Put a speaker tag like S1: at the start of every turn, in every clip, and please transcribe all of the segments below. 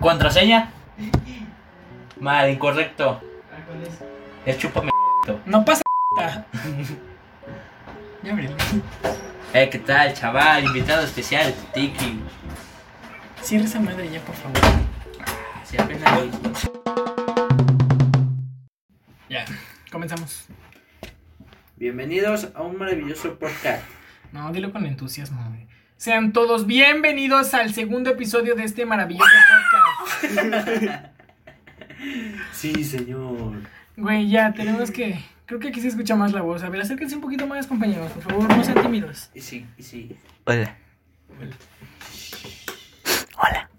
S1: ¿Contraseña? Mal, incorrecto.
S2: Ah, ¿cuál es?
S1: Es chúpame.
S3: No pasa nada. Ya ábrele.
S1: Eh, ¿qué tal, chaval? Invitado especial, Tiki.
S3: Cierra esa madre ya, por favor.
S1: Si apenas voy.
S3: Ya, comenzamos.
S1: Bienvenidos a un maravilloso podcast.
S3: No, dilo con entusiasmo, güey. Sean todos bienvenidos al segundo episodio de este maravilloso podcast.
S1: Sí, señor.
S3: Güey, ya, tenemos que... Creo que aquí se escucha más la voz. A ver, acérquense un poquito más, compañeros. Por favor, no sean tímidos.
S1: Y sí, y sí.
S4: Hola.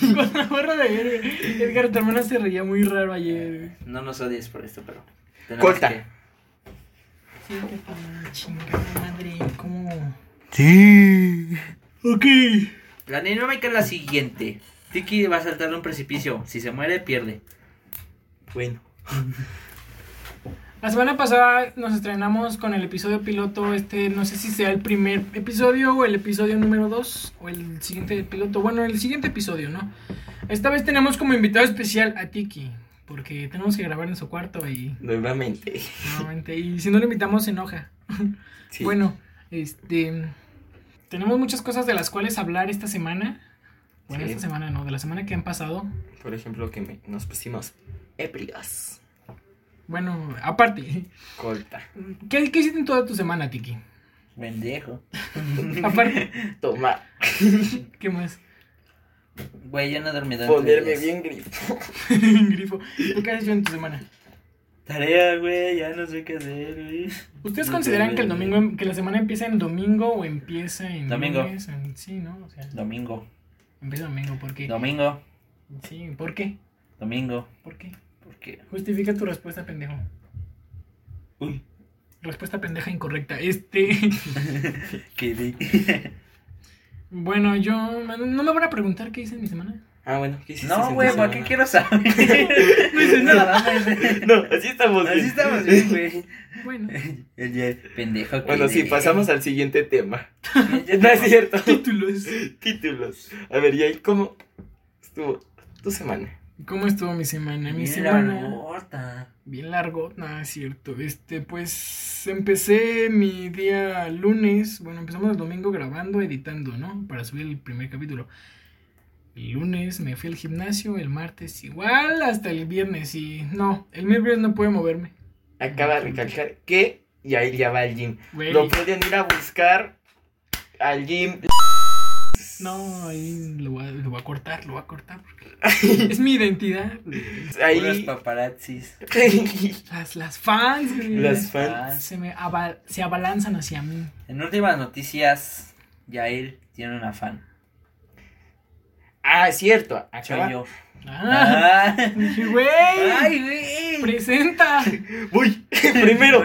S3: Con la barra de ayer, güey. Edgar, tu hermana se reía muy raro ayer, güey.
S1: No nos odies por esto, pero. tenemos
S4: Corta.
S1: que-
S3: Sí, que tu chingada madre, ¿cómo?
S4: Sí.
S3: Ok.
S1: La dinámica es la siguiente: Tiki va a saltar de un precipicio. Si se muere, pierde.
S4: Bueno.
S3: La semana pasada nos estrenamos con el episodio piloto, este no sé si sea el primer episodio o el episodio número 2 o el siguiente piloto, bueno, el siguiente episodio, ¿no? Esta vez tenemos como invitado especial a Tiki, porque tenemos que grabar en su cuarto y
S4: Nuevamente.
S3: nuevamente, y si no lo invitamos se enoja.
S4: Sí.
S3: Bueno, este tenemos muchas cosas de las cuales hablar esta semana. Bueno,
S4: Sí.
S3: esta semana no, de la semana que han pasado.
S4: Por ejemplo, que me- nos pusimos ebrios.
S3: Bueno, aparte,
S4: Corta.
S3: ¿qué, qué hiciste en toda tu semana, Tiki?
S1: Bendejo.
S3: Aparte,
S4: Tomar.
S3: ¿qué más?
S1: Güey, yo no he dormido. en
S4: Ponerme
S1: tres días.
S4: bien grifo.
S3: Grifo. ¿Tú qué has hecho en tu semana?
S1: Tarea, güey, ya no sé qué hacer, güey.
S3: ¿Ustedes
S1: No
S3: consideran
S1: sé,
S3: que el
S1: güey.
S3: domingo, em, que la semana empieza en domingo o empieza en
S1: Domingo.
S3: lunes? En- sí, ¿no? O sea,
S1: Domingo.
S3: empieza domingo, ¿por qué?
S1: Domingo.
S3: Sí, ¿por qué?
S1: Domingo.
S3: ¿Por qué?
S1: Porque.
S3: Justifica tu respuesta, pendejo.
S1: Uy.
S3: Respuesta pendeja incorrecta. Este,
S1: Qué di-
S3: bueno, yo no me van a preguntar qué hice en mi semana.
S4: Ah, bueno, ¿qué hiciste
S1: No,
S4: en
S1: güey,
S4: tu
S1: ¿para
S4: semana?
S1: qué quiero saber? no, mames.
S4: No, así estamos
S1: Así
S4: bien.
S1: estamos bien, güey.
S3: Bueno,
S1: El día- Pendejo. que
S4: Bueno, sí,
S1: de-
S4: pasamos al siguiente tema.
S1: Ya
S4: No es
S1: te-
S4: cierto.
S3: títulos.
S4: Títulos. A ver, ¿y ahí cómo estuvo tu semana?
S3: ¿Cómo estuvo mi semana? Mi
S1: Mira,
S3: semana.
S1: gorda.
S3: Bien largo, nada, es cierto. Este, pues empecé mi día lunes. Bueno, empezamos el domingo grabando, editando, ¿no? Para subir el primer capítulo. El lunes me fui al gimnasio, el martes igual, hasta el viernes y no, el miércoles no pude moverme.
S4: Acaba de recalcar que y ahí ya va al gym.
S3: Güey,
S4: Lo pueden ir a buscar al gym.
S3: no, ahí lo voy, a, lo voy a cortar, lo voy a cortar. porque es mi identidad. güey.
S1: Puras
S4: Ahí.
S1: paparazzis.
S3: Las, las fans, güey,
S4: Las fans.
S1: Ah, sí.
S3: se, me aba- se abalanzan hacia mí.
S1: En últimas noticias, Yael tiene una fan.
S4: Ah, es cierto.
S1: Soy
S4: Acaba.
S1: yo.
S3: Ah,
S1: Ah.
S3: dije, güey,
S1: Ay, güey.
S3: presenta.
S4: Voy. Primero.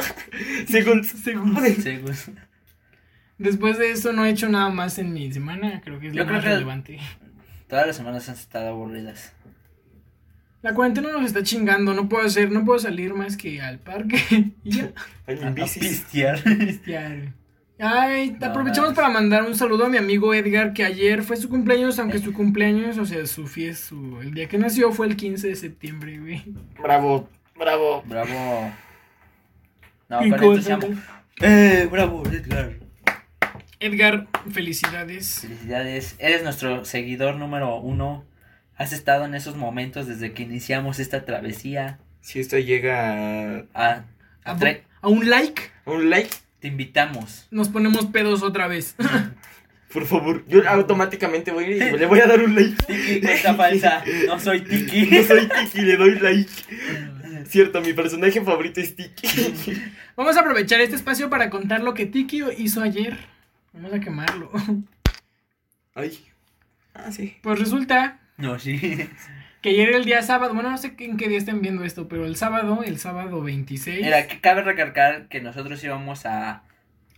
S4: Segundo.
S3: Según-
S1: Sí, güey.
S3: Después de eso no he hecho nada más en mi semana, creo que es
S1: Yo
S3: lo
S1: creo
S3: más
S1: que-
S3: relevante.
S1: Todas las semanas han estado aburridas.
S3: La cuarentena nos está chingando, no puedo hacer, no puedo salir más que al parque y ya.
S4: Ay,
S1: A-
S4: mi
S1: a
S4: bici.
S1: pistear.
S3: pistear. Ay,
S1: No
S3: aprovechamos
S1: mames.
S3: para mandar un saludo a mi amigo Edgar, que ayer fue su cumpleaños,
S1: Eh.
S3: aunque su cumpleaños, o sea, su fiesta, su- el día que nació fue el 15 de septiembre, güey.
S4: Bravo. Bravo.
S1: Bravo. No,
S3: Y
S1: pero
S3: con-
S1: se llama. Eh, bravo, Edgar.
S3: Edgar, felicidades.
S1: Felicidades. Eres nuestro seguidor número uno. Has estado en esos momentos desde que iniciamos esta travesía.
S4: Si esto llega a
S1: A, a
S3: A,
S1: tre-
S3: a un like
S4: un like,
S1: te invitamos.
S3: nos ponemos pedos otra vez.
S4: por favor. Yo automáticamente voy y le voy a dar un like.
S1: Tiki, cuenta falsa. No soy
S4: Yo
S1: Tiki.
S4: soy Tiki, le doy like. Cierto, mi personaje favorito es Tiki.
S3: Vamos a aprovechar este espacio para contar lo que Tiki hizo ayer. Vamos a quemarlo.
S4: Ay. Ah, sí.
S3: Pues resulta
S1: No, sí.
S3: que ayer el día sábado, bueno, no sé en qué día estén viendo esto, pero el sábado, el sábado 26.
S1: Mira, que cabe recalcar que nosotros íbamos a,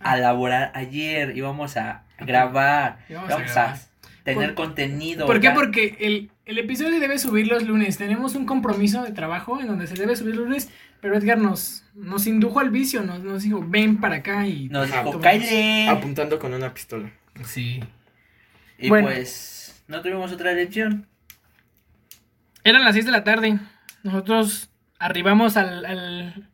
S1: a elaborar ayer, íbamos a grabar,
S3: Íbamos
S1: íbamos
S3: a
S1: a,
S3: grabar.
S1: tener
S3: Por-
S1: contenido.
S3: ¿Por qué?
S1: ya.
S3: Porque el, el episodio se debe subir los lunes. Tenemos un compromiso de trabajo en donde se debe subir los lunes, pero Edgar nos, nos indujo al vicio, nos, nos dijo, ven para acá y...
S1: Nos
S4: Ajá.
S1: dijo,
S3: Tomamos.
S1: "Cáele".
S4: Apuntando con una pistola.
S3: Sí.
S1: Y
S3: pues, Bueno.
S1: pues no tuvimos otra elección.
S3: Eran las 6 de la tarde. Nosotros arribamos al, al-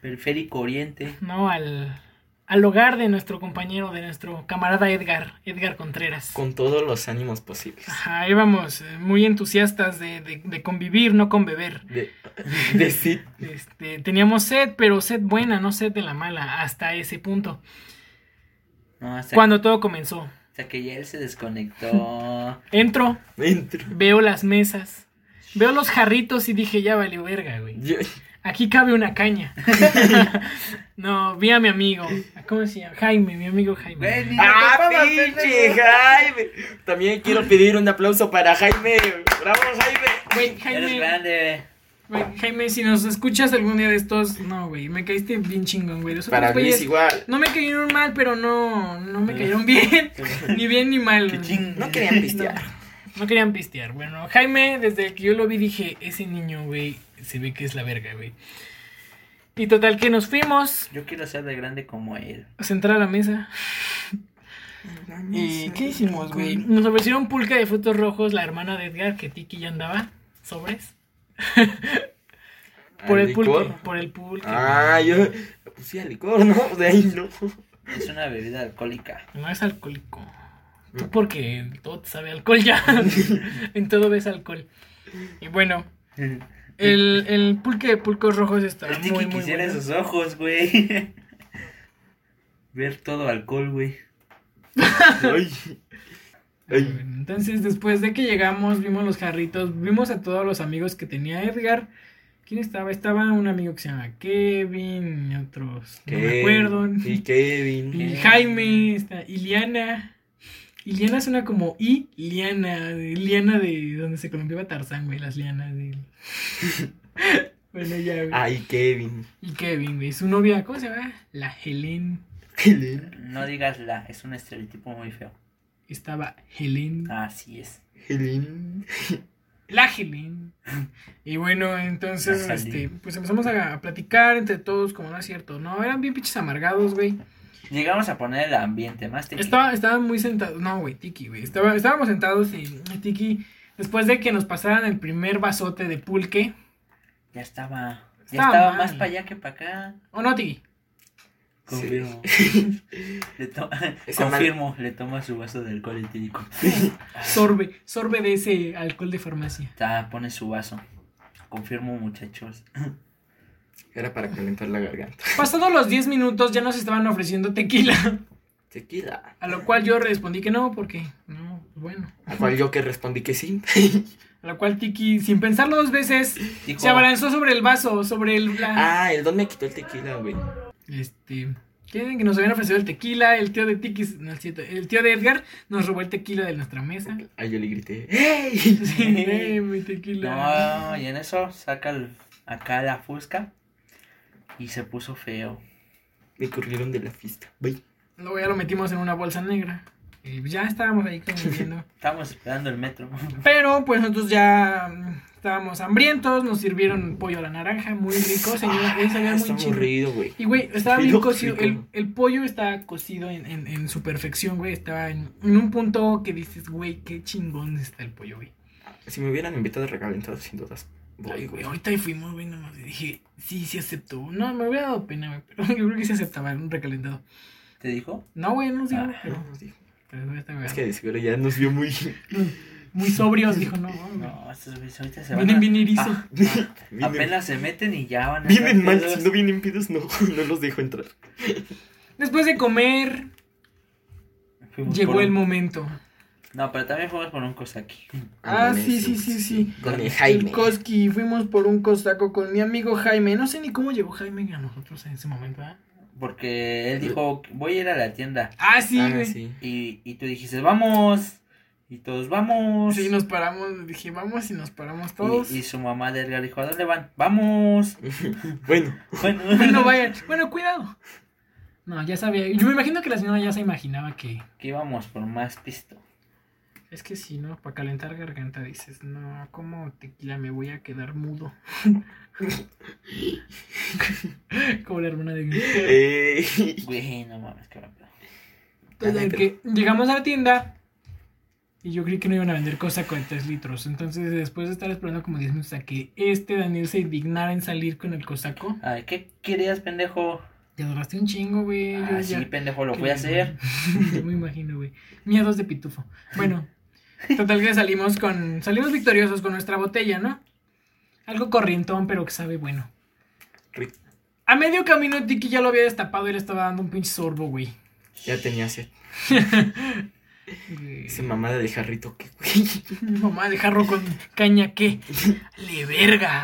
S1: Periférico Oriente.
S3: no, al, al hogar de nuestro compañero, de nuestro camarada Edgar, Edgar Contreras.
S4: Con todos los ánimos posibles.
S3: Ajá, íbamos eh, muy entusiastas de, de- de convivir, no con beber.
S4: De, de sí.
S3: Este, teníamos sed, pero sed buena, no sed de la mala, hasta ese punto.
S1: No, hasta,
S3: Cuando todo comenzó.
S1: hasta que ya él se desconectó.
S3: Entro,
S4: Entro.
S3: veo las mesas, veo los jarritos y dije, ya valió verga, güey.
S4: Yo-
S3: Aquí cabe una caña. no, vi a mi amigo. ¿Cómo se llama? Jaime, mi amigo
S1: Güey, ni
S3: Jaime.
S1: lo
S4: ¡Ah,
S1: topabas,
S4: pinche
S1: pendejo.
S4: Jaime! También quiero pedir un aplauso para Jaime. ¡Bravo, Jaime!
S3: Güey,
S1: Eres
S3: Jaime,
S1: grande.
S3: güey, Jaime, si nos escuchas algún día de estos, no, güey, me caíste bien chingón, güey. Los otros
S4: Para Luis
S3: güeyes
S4: igual.
S3: No me cayeron mal, pero no, no me cayeron bien. ni bien ni mal.
S1: Qué
S3: güey.
S1: ching-
S4: No querían pistear.
S3: No querían pistear. Bueno, Jaime, desde que yo lo vi, dije, ese niño, güey, se ve que es la verga, güey. Y total que nos fuimos,
S1: Yo quiero ser de grande como él.
S3: sentar a la mesa. ¿Y qué hicimos, güey? Nos ofrecieron pulca de frutos rojos, la hermana de Edgar, que Tiki ya andaba, sobres. Por el
S4: ¿Licor?
S3: pulque, por el pulque.
S4: Ah, yo. Pues sí, al licor, ¿no? De ahí no.
S1: Es una bebida alcohólica.
S3: No es alcohólico. Tú porque todo te sabe a alcohol ya. en todo ves alcohol. Y bueno,
S1: El
S3: el, el pulque de pulcos rojos está
S1: Tiki
S3: muy, muy
S1: quisiera
S3: bueno.
S1: sus ojos, güey. Ver todo alcohol, güey.
S4: Ay. Ay.
S3: Bueno, Entonces, después de que llegamos, vimos los jarritos, vimos a todos los amigos que tenía Edgar. ¿Quién estaba? Estaba un amigo que se llama Kevin, y otros, no me acuerdo.
S4: Y Kevin.
S3: Y Jaime, está Iliana. Iliana suena como I, Liana, de- Liana de donde se columpiaba Tarzán, güey, las lianas de... bueno, ya, güey.
S4: Ay, Kevin.
S3: Y Kevin, güey, su novia, ¿cómo se llama? La Helen.
S4: Helen.
S1: No digas la, es un estereotipo muy feo.
S3: Estaba
S4: Ah,
S3: Helen.
S1: Así es.
S4: Helen.
S3: La Helen. Y bueno, entonces,
S1: La Helen.
S3: este, pues empezamos a, a platicar entre todos, como no es cierto, no, eran bien pinches amargados, güey.
S1: Llegamos a poner el ambiente más tequila.
S3: Estaba, estaban muy sentados. No, güey, Tiki, güey. Estaba, estábamos sentados y Tiki, después de que nos pasaran el primer vasote de pulque.
S1: Ya estaba. Ya
S3: Estaba
S1: estaba
S3: mal.
S1: más para allá que para acá.
S3: ¿O no, Tiki?
S1: Confirmo. Le to-
S4: Esa
S1: Confirmo, le toma su vaso de alcohol etílico.
S3: Sorbe, sorbe de ese alcohol de farmacia.
S1: Ta, pone su vaso. Confirmo, muchachos.
S4: Era para calentar la garganta.
S3: Pasados los 10 minutos ya nos estaban ofreciendo tequila.
S4: Tequila.
S3: A lo cual yo respondí que no, porque no, bueno.
S4: Al cual yo que respondí que sí.
S3: A lo cual Tiki, sin pensarlo dos veces,
S1: Dijo,
S3: se abalanzó sobre el vaso, sobre el. la-
S4: Ah, el don me quitó el tequila, güey.
S3: Este. Quieren que nos habían ofrecido el tequila, el tío de Tiki, no, el tío- el tío de Edgar nos robó el tequila de nuestra mesa.
S4: Ay, yo le grité. ¡Ey!
S3: Sí, eh, mi tequila.
S1: No, y en eso saca el- acá la fusca y se puso feo.
S4: Me corrieron de la fiesta. Bye.
S3: Luego ya lo metimos en una bolsa negra. Y pues ya estábamos ahí conviviendo.
S1: Estábamos esperando el metro.
S3: Pero pues nosotros ya mm, estábamos hambrientos, nos sirvieron pollo a la naranja, muy rico, señora. eh, sabía
S4: Ah,
S3: muy
S4: está
S3: chido.
S4: aburrido, güey.
S3: Y güey, estaba bien
S4: Rico,
S3: cocido.
S4: rico.
S3: El, el pollo estaba cocido en, en- en su perfección, güey. Estaba en, en un punto que dices, güey, qué chingón está el pollo, güey.
S4: Si me hubieran invitado a recalentado, sin dudas.
S3: Ay,
S4: Voy,
S3: güey,
S4: güey.
S3: ahorita ahí fuimos, güey, nomás y dije, sí, sí aceptó. No, me hubiera dado pena, güey, pero yo creo que sí aceptaba un recalentado.
S1: ¿Te dijo?
S3: No, güey, no Ah, sé,
S1: Ah,
S4: No,
S3: pero,
S4: nos dijo.
S3: pero esta, güey.
S4: Es que de seguro ya nos vio muy.
S3: muy sobrios, dijo, no, no.
S1: No, estos güeyes ahorita se van.
S3: Vienen
S1: a-
S3: bien erizo.
S1: Ah,
S4: Vienen-
S1: apenas se meten y ya van a.
S4: Vienen
S1: estar
S4: mal,
S1: pedos.
S4: si no vienen pedos, no, no los dejo entrar.
S3: Después de comer,
S1: Fuimos
S3: llegó
S1: por
S3: el
S1: un-
S3: momento.
S1: No, pero también fuimos por un cosaki.
S3: Ah,
S4: Ándale,
S3: sí, sí, sí, sí.
S4: Con el
S3: El
S4: Jaime.
S3: Koski, fuimos por un costaco con mi amigo Jaime. No sé ni cómo llegó Jaime a nosotros en ese momento, ¿ah?
S1: Porque él dijo, voy a ir a la tienda.
S3: Ah, sí,
S4: Ah,
S3: güey. sí.
S4: sí.
S1: Y, y tú dijiste, vamos. Y todos vamos.
S3: nos paramos, dije, vamos y nos paramos todos.
S1: y, y su mamá de Edgar dijo, ¿a dónde van? Vamos.
S4: Bueno,
S1: Bueno,
S3: Bueno, vayan. Bueno, cuidado. No, ya sabía. Yo me imagino que la señora ya se imaginaba que.
S1: que íbamos por más pisto.
S3: Es que si no, para calentar garganta dices, no, como tequila me voy a quedar mudo. como la hermana de.
S4: eh,
S1: Güey, no mames, qué rápido.
S3: Total,
S4: Adentro.
S3: que llegamos a la tienda Y yo creí que no iban a vender cosa con 3 litros. Entonces, después de estar esperando como 10 minutos a que este Daniel se dignara en salir con el cosaco,
S1: Ay, ¿qué querías, pendejo?
S3: te adoraste un chingo, güey. Yo
S1: Ah,
S3: ya-
S1: sí, pendejo, lo
S3: que-
S1: voy a hacer.
S3: Yo me imagino, güey. Miedos de pitufo. Bueno, total que salimos con. Salimos victoriosos con nuestra botella, ¿no? Algo corrientón, pero que sabe bueno.
S4: Rico.
S3: A medio camino, Tiki ya lo había destapado y le estaba dando un pinche sorbo, güey.
S4: Ya tenía sed.
S3: Güey.
S4: Esa mamada de jarrito que, güey.
S3: Mi mamá de jarro con caña, ¿qué? ¡Le verga!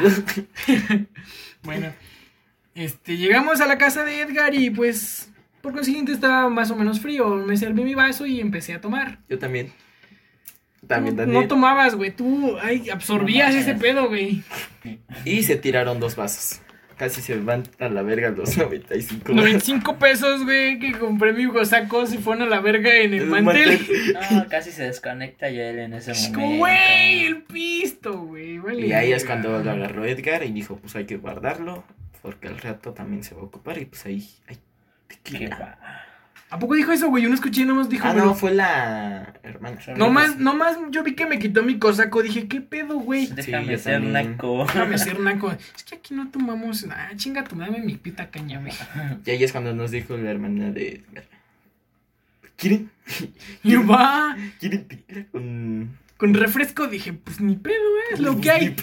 S3: bueno, este, llegamos a la casa de Edgar y pues. Por consiguiente estaba más o menos frío. Me serví mi vaso y empecé a tomar.
S4: Yo también. También,
S3: Tú
S4: Daniel.
S3: No tomabas, güey. Tú ay, absorbías
S1: No
S3: ese
S1: manches.
S3: pedo, güey.
S4: y se tiraron dos vasos. Casi se van a la verga los 95 vasos.
S3: 95 pesos, güey, que compré mi gozaco se fueron a la verga en el
S4: Un
S3: mantel.
S1: No, casi se desconecta ya él en ese
S3: Es
S1: momento.
S3: como, güey, el pisto, güey. vale,
S4: Y ahí es
S3: verga.
S4: cuando lo agarró Edgar y dijo, pues hay que guardarlo, porque al rato también se va a ocupar y pues ahí hay
S1: Qué
S4: tequila.
S1: va.
S3: ¿A poco dijo eso, güey? Yo no escuché, nada más dijo,
S4: Ah,
S3: pero-
S4: no, fue la hermana.
S3: No más, no más, yo vi que me quitó mi cosaco, dije, ¿qué pedo, güey?
S1: Déjame
S4: yo
S1: ser
S4: también.
S1: naco.
S3: Déjame ser naco. Es que aquí no tomamos nada, chinga tu madre mi pita caña, güey.
S4: Y ahí es cuando nos dijo la hermana de Edgar. ¿Quieren?
S3: Y va,
S4: ¿Quieren tequila con...?
S3: con refresco dije, pues ni pedo, eh, es lo que hay.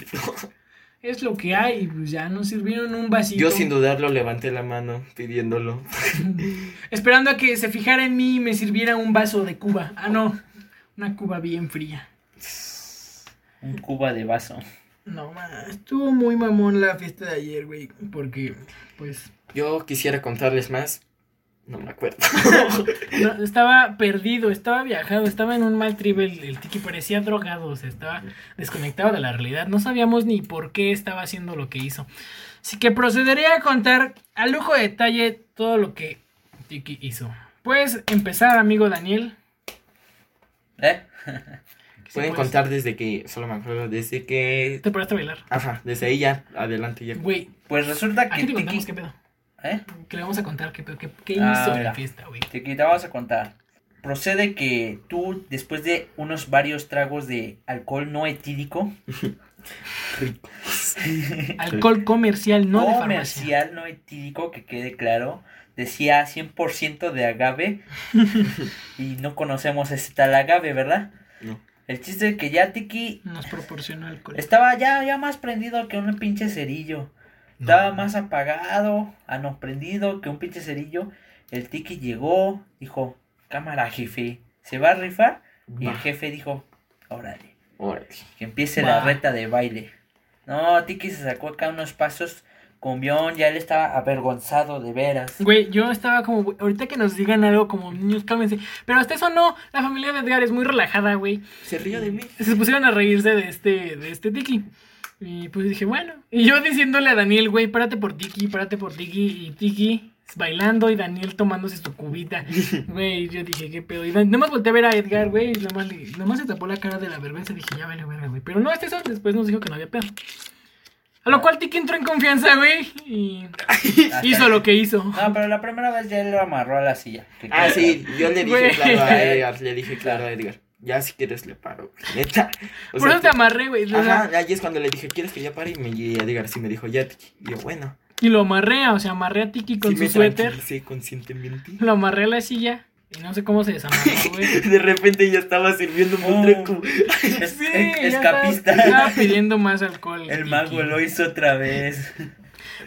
S3: Es lo que hay, y pues ya nos sirvieron un vasito.
S4: Yo sin dudarlo levanté la mano pidiéndolo.
S3: Esperando a que se fijara en mí y me sirviera un vaso de cuba. Ah, no. Una cuba bien fría.
S1: Un cuba de vaso.
S3: No, ma, estuvo muy mamón la fiesta de ayer, güey. Porque, pues,
S4: Yo quisiera contarles más. No me acuerdo.
S3: no, estaba perdido, estaba viajado, estaba en un mal trip. El, el tiki parecía drogado, o sea, estaba desconectado de la realidad. No sabíamos ni por qué estaba haciendo lo que hizo. Así que procederé a contar a lujo de detalle todo lo que Tiki hizo. Puedes empezar, amigo Daniel.
S1: ¿Eh?
S3: Sí,
S4: Pueden
S3: puedes.
S4: contar desde que... Solo me acuerdo desde que...
S3: Te paraste a bailar.
S4: Ajá, desde ahí ya. Adelante ya.
S3: Güey,
S1: Pues resulta
S3: ¿a
S1: que
S3: qué te contamos
S1: Tiki.
S3: qué pedo?
S1: ¿Eh?
S3: que le vamos a contar qué, qué, qué hizo
S1: Ah,
S3: en la
S1: mira.
S3: fiesta, güey.
S1: Tiki, te vamos a contar. Procede que tú, después de unos varios tragos de alcohol no etílico,
S3: Alcohol comercial, no de farmacia.
S1: comercial no etílico, que quede claro, decía 100% de agave. y no conocemos ese tal agave, ¿verdad?
S4: No.
S1: El chiste es que ya Tiki
S3: Nos proporcionó alcohol.
S1: estaba ya, ya más prendido que un pinche cerillo.
S3: No.
S1: Estaba más apagado, ah, no, prendido que un pinche cerillo. El Tiki llegó, dijo, cámara jefe, ¿se va a rifar? Y el
S4: Va.
S1: jefe dijo, órale,
S4: Órale.
S1: que empiece
S3: Va.
S1: la reta de baile. No, Tiki se sacó acá unos pasos con Bion, ya él estaba avergonzado de veras.
S3: Güey, yo estaba como, güey, ahorita que nos digan algo como, niños, cálmense. Pero hasta eso no, la familia de Edgar es muy relajada, güey.
S4: Se río de mí.
S3: Se pusieron a reírse de este, de este Tiki. Y pues dije, bueno. Y yo diciéndole a Daniel, güey, párate por Tiki, párate por Tiki. Y Tiki bailando y Daniel tomándose su cubita. Güey, yo dije, qué pedo. Y Dan- nomás volteé a ver a Edgar, güey. y Nomás, le- nomás se tapó la cara de la vergüenza. Dije, ya vale, verga, güey. Pero no, hasta eso después nos dijo que no había pedo. A
S4: Ah.
S3: lo cual Tiki entró en confianza, güey. Y
S1: Hasta-
S3: hizo lo que hizo.
S1: No, pero la primera vez ya él lo amarró a la silla. que
S4: Ah,
S1: quede
S4: sí, yo le dije
S3: Güey.
S4: claro a Edgar, le dije claro a Edgar. Ya si quieres le paro, güey, neta. O
S3: Por
S4: sea,
S3: eso te amarré, güey. o sea,
S4: pues Ajá, ahí es cuando le dije, ¿quieres que ya pare? Y, me, y Edgar sí me dijo, ya, Tiki. Y yo, bueno.
S3: Y lo amarré, o sea, amarré a Tiki con
S4: sí
S3: su
S4: me
S3: suéter.
S4: tranquilicé conscientemente.
S3: Lo amarré a la silla. Y no sé cómo se desamarró, güey.
S4: De repente ya estaba sirviendo un
S3: Ah.
S1: Oh.
S4: treco.
S1: Es-
S3: Sí,
S1: es-
S3: ya estaba-
S1: escapista.
S3: Estaba pidiendo más alcohol.
S1: El
S3: Tiki.
S1: mago lo hizo otra vez.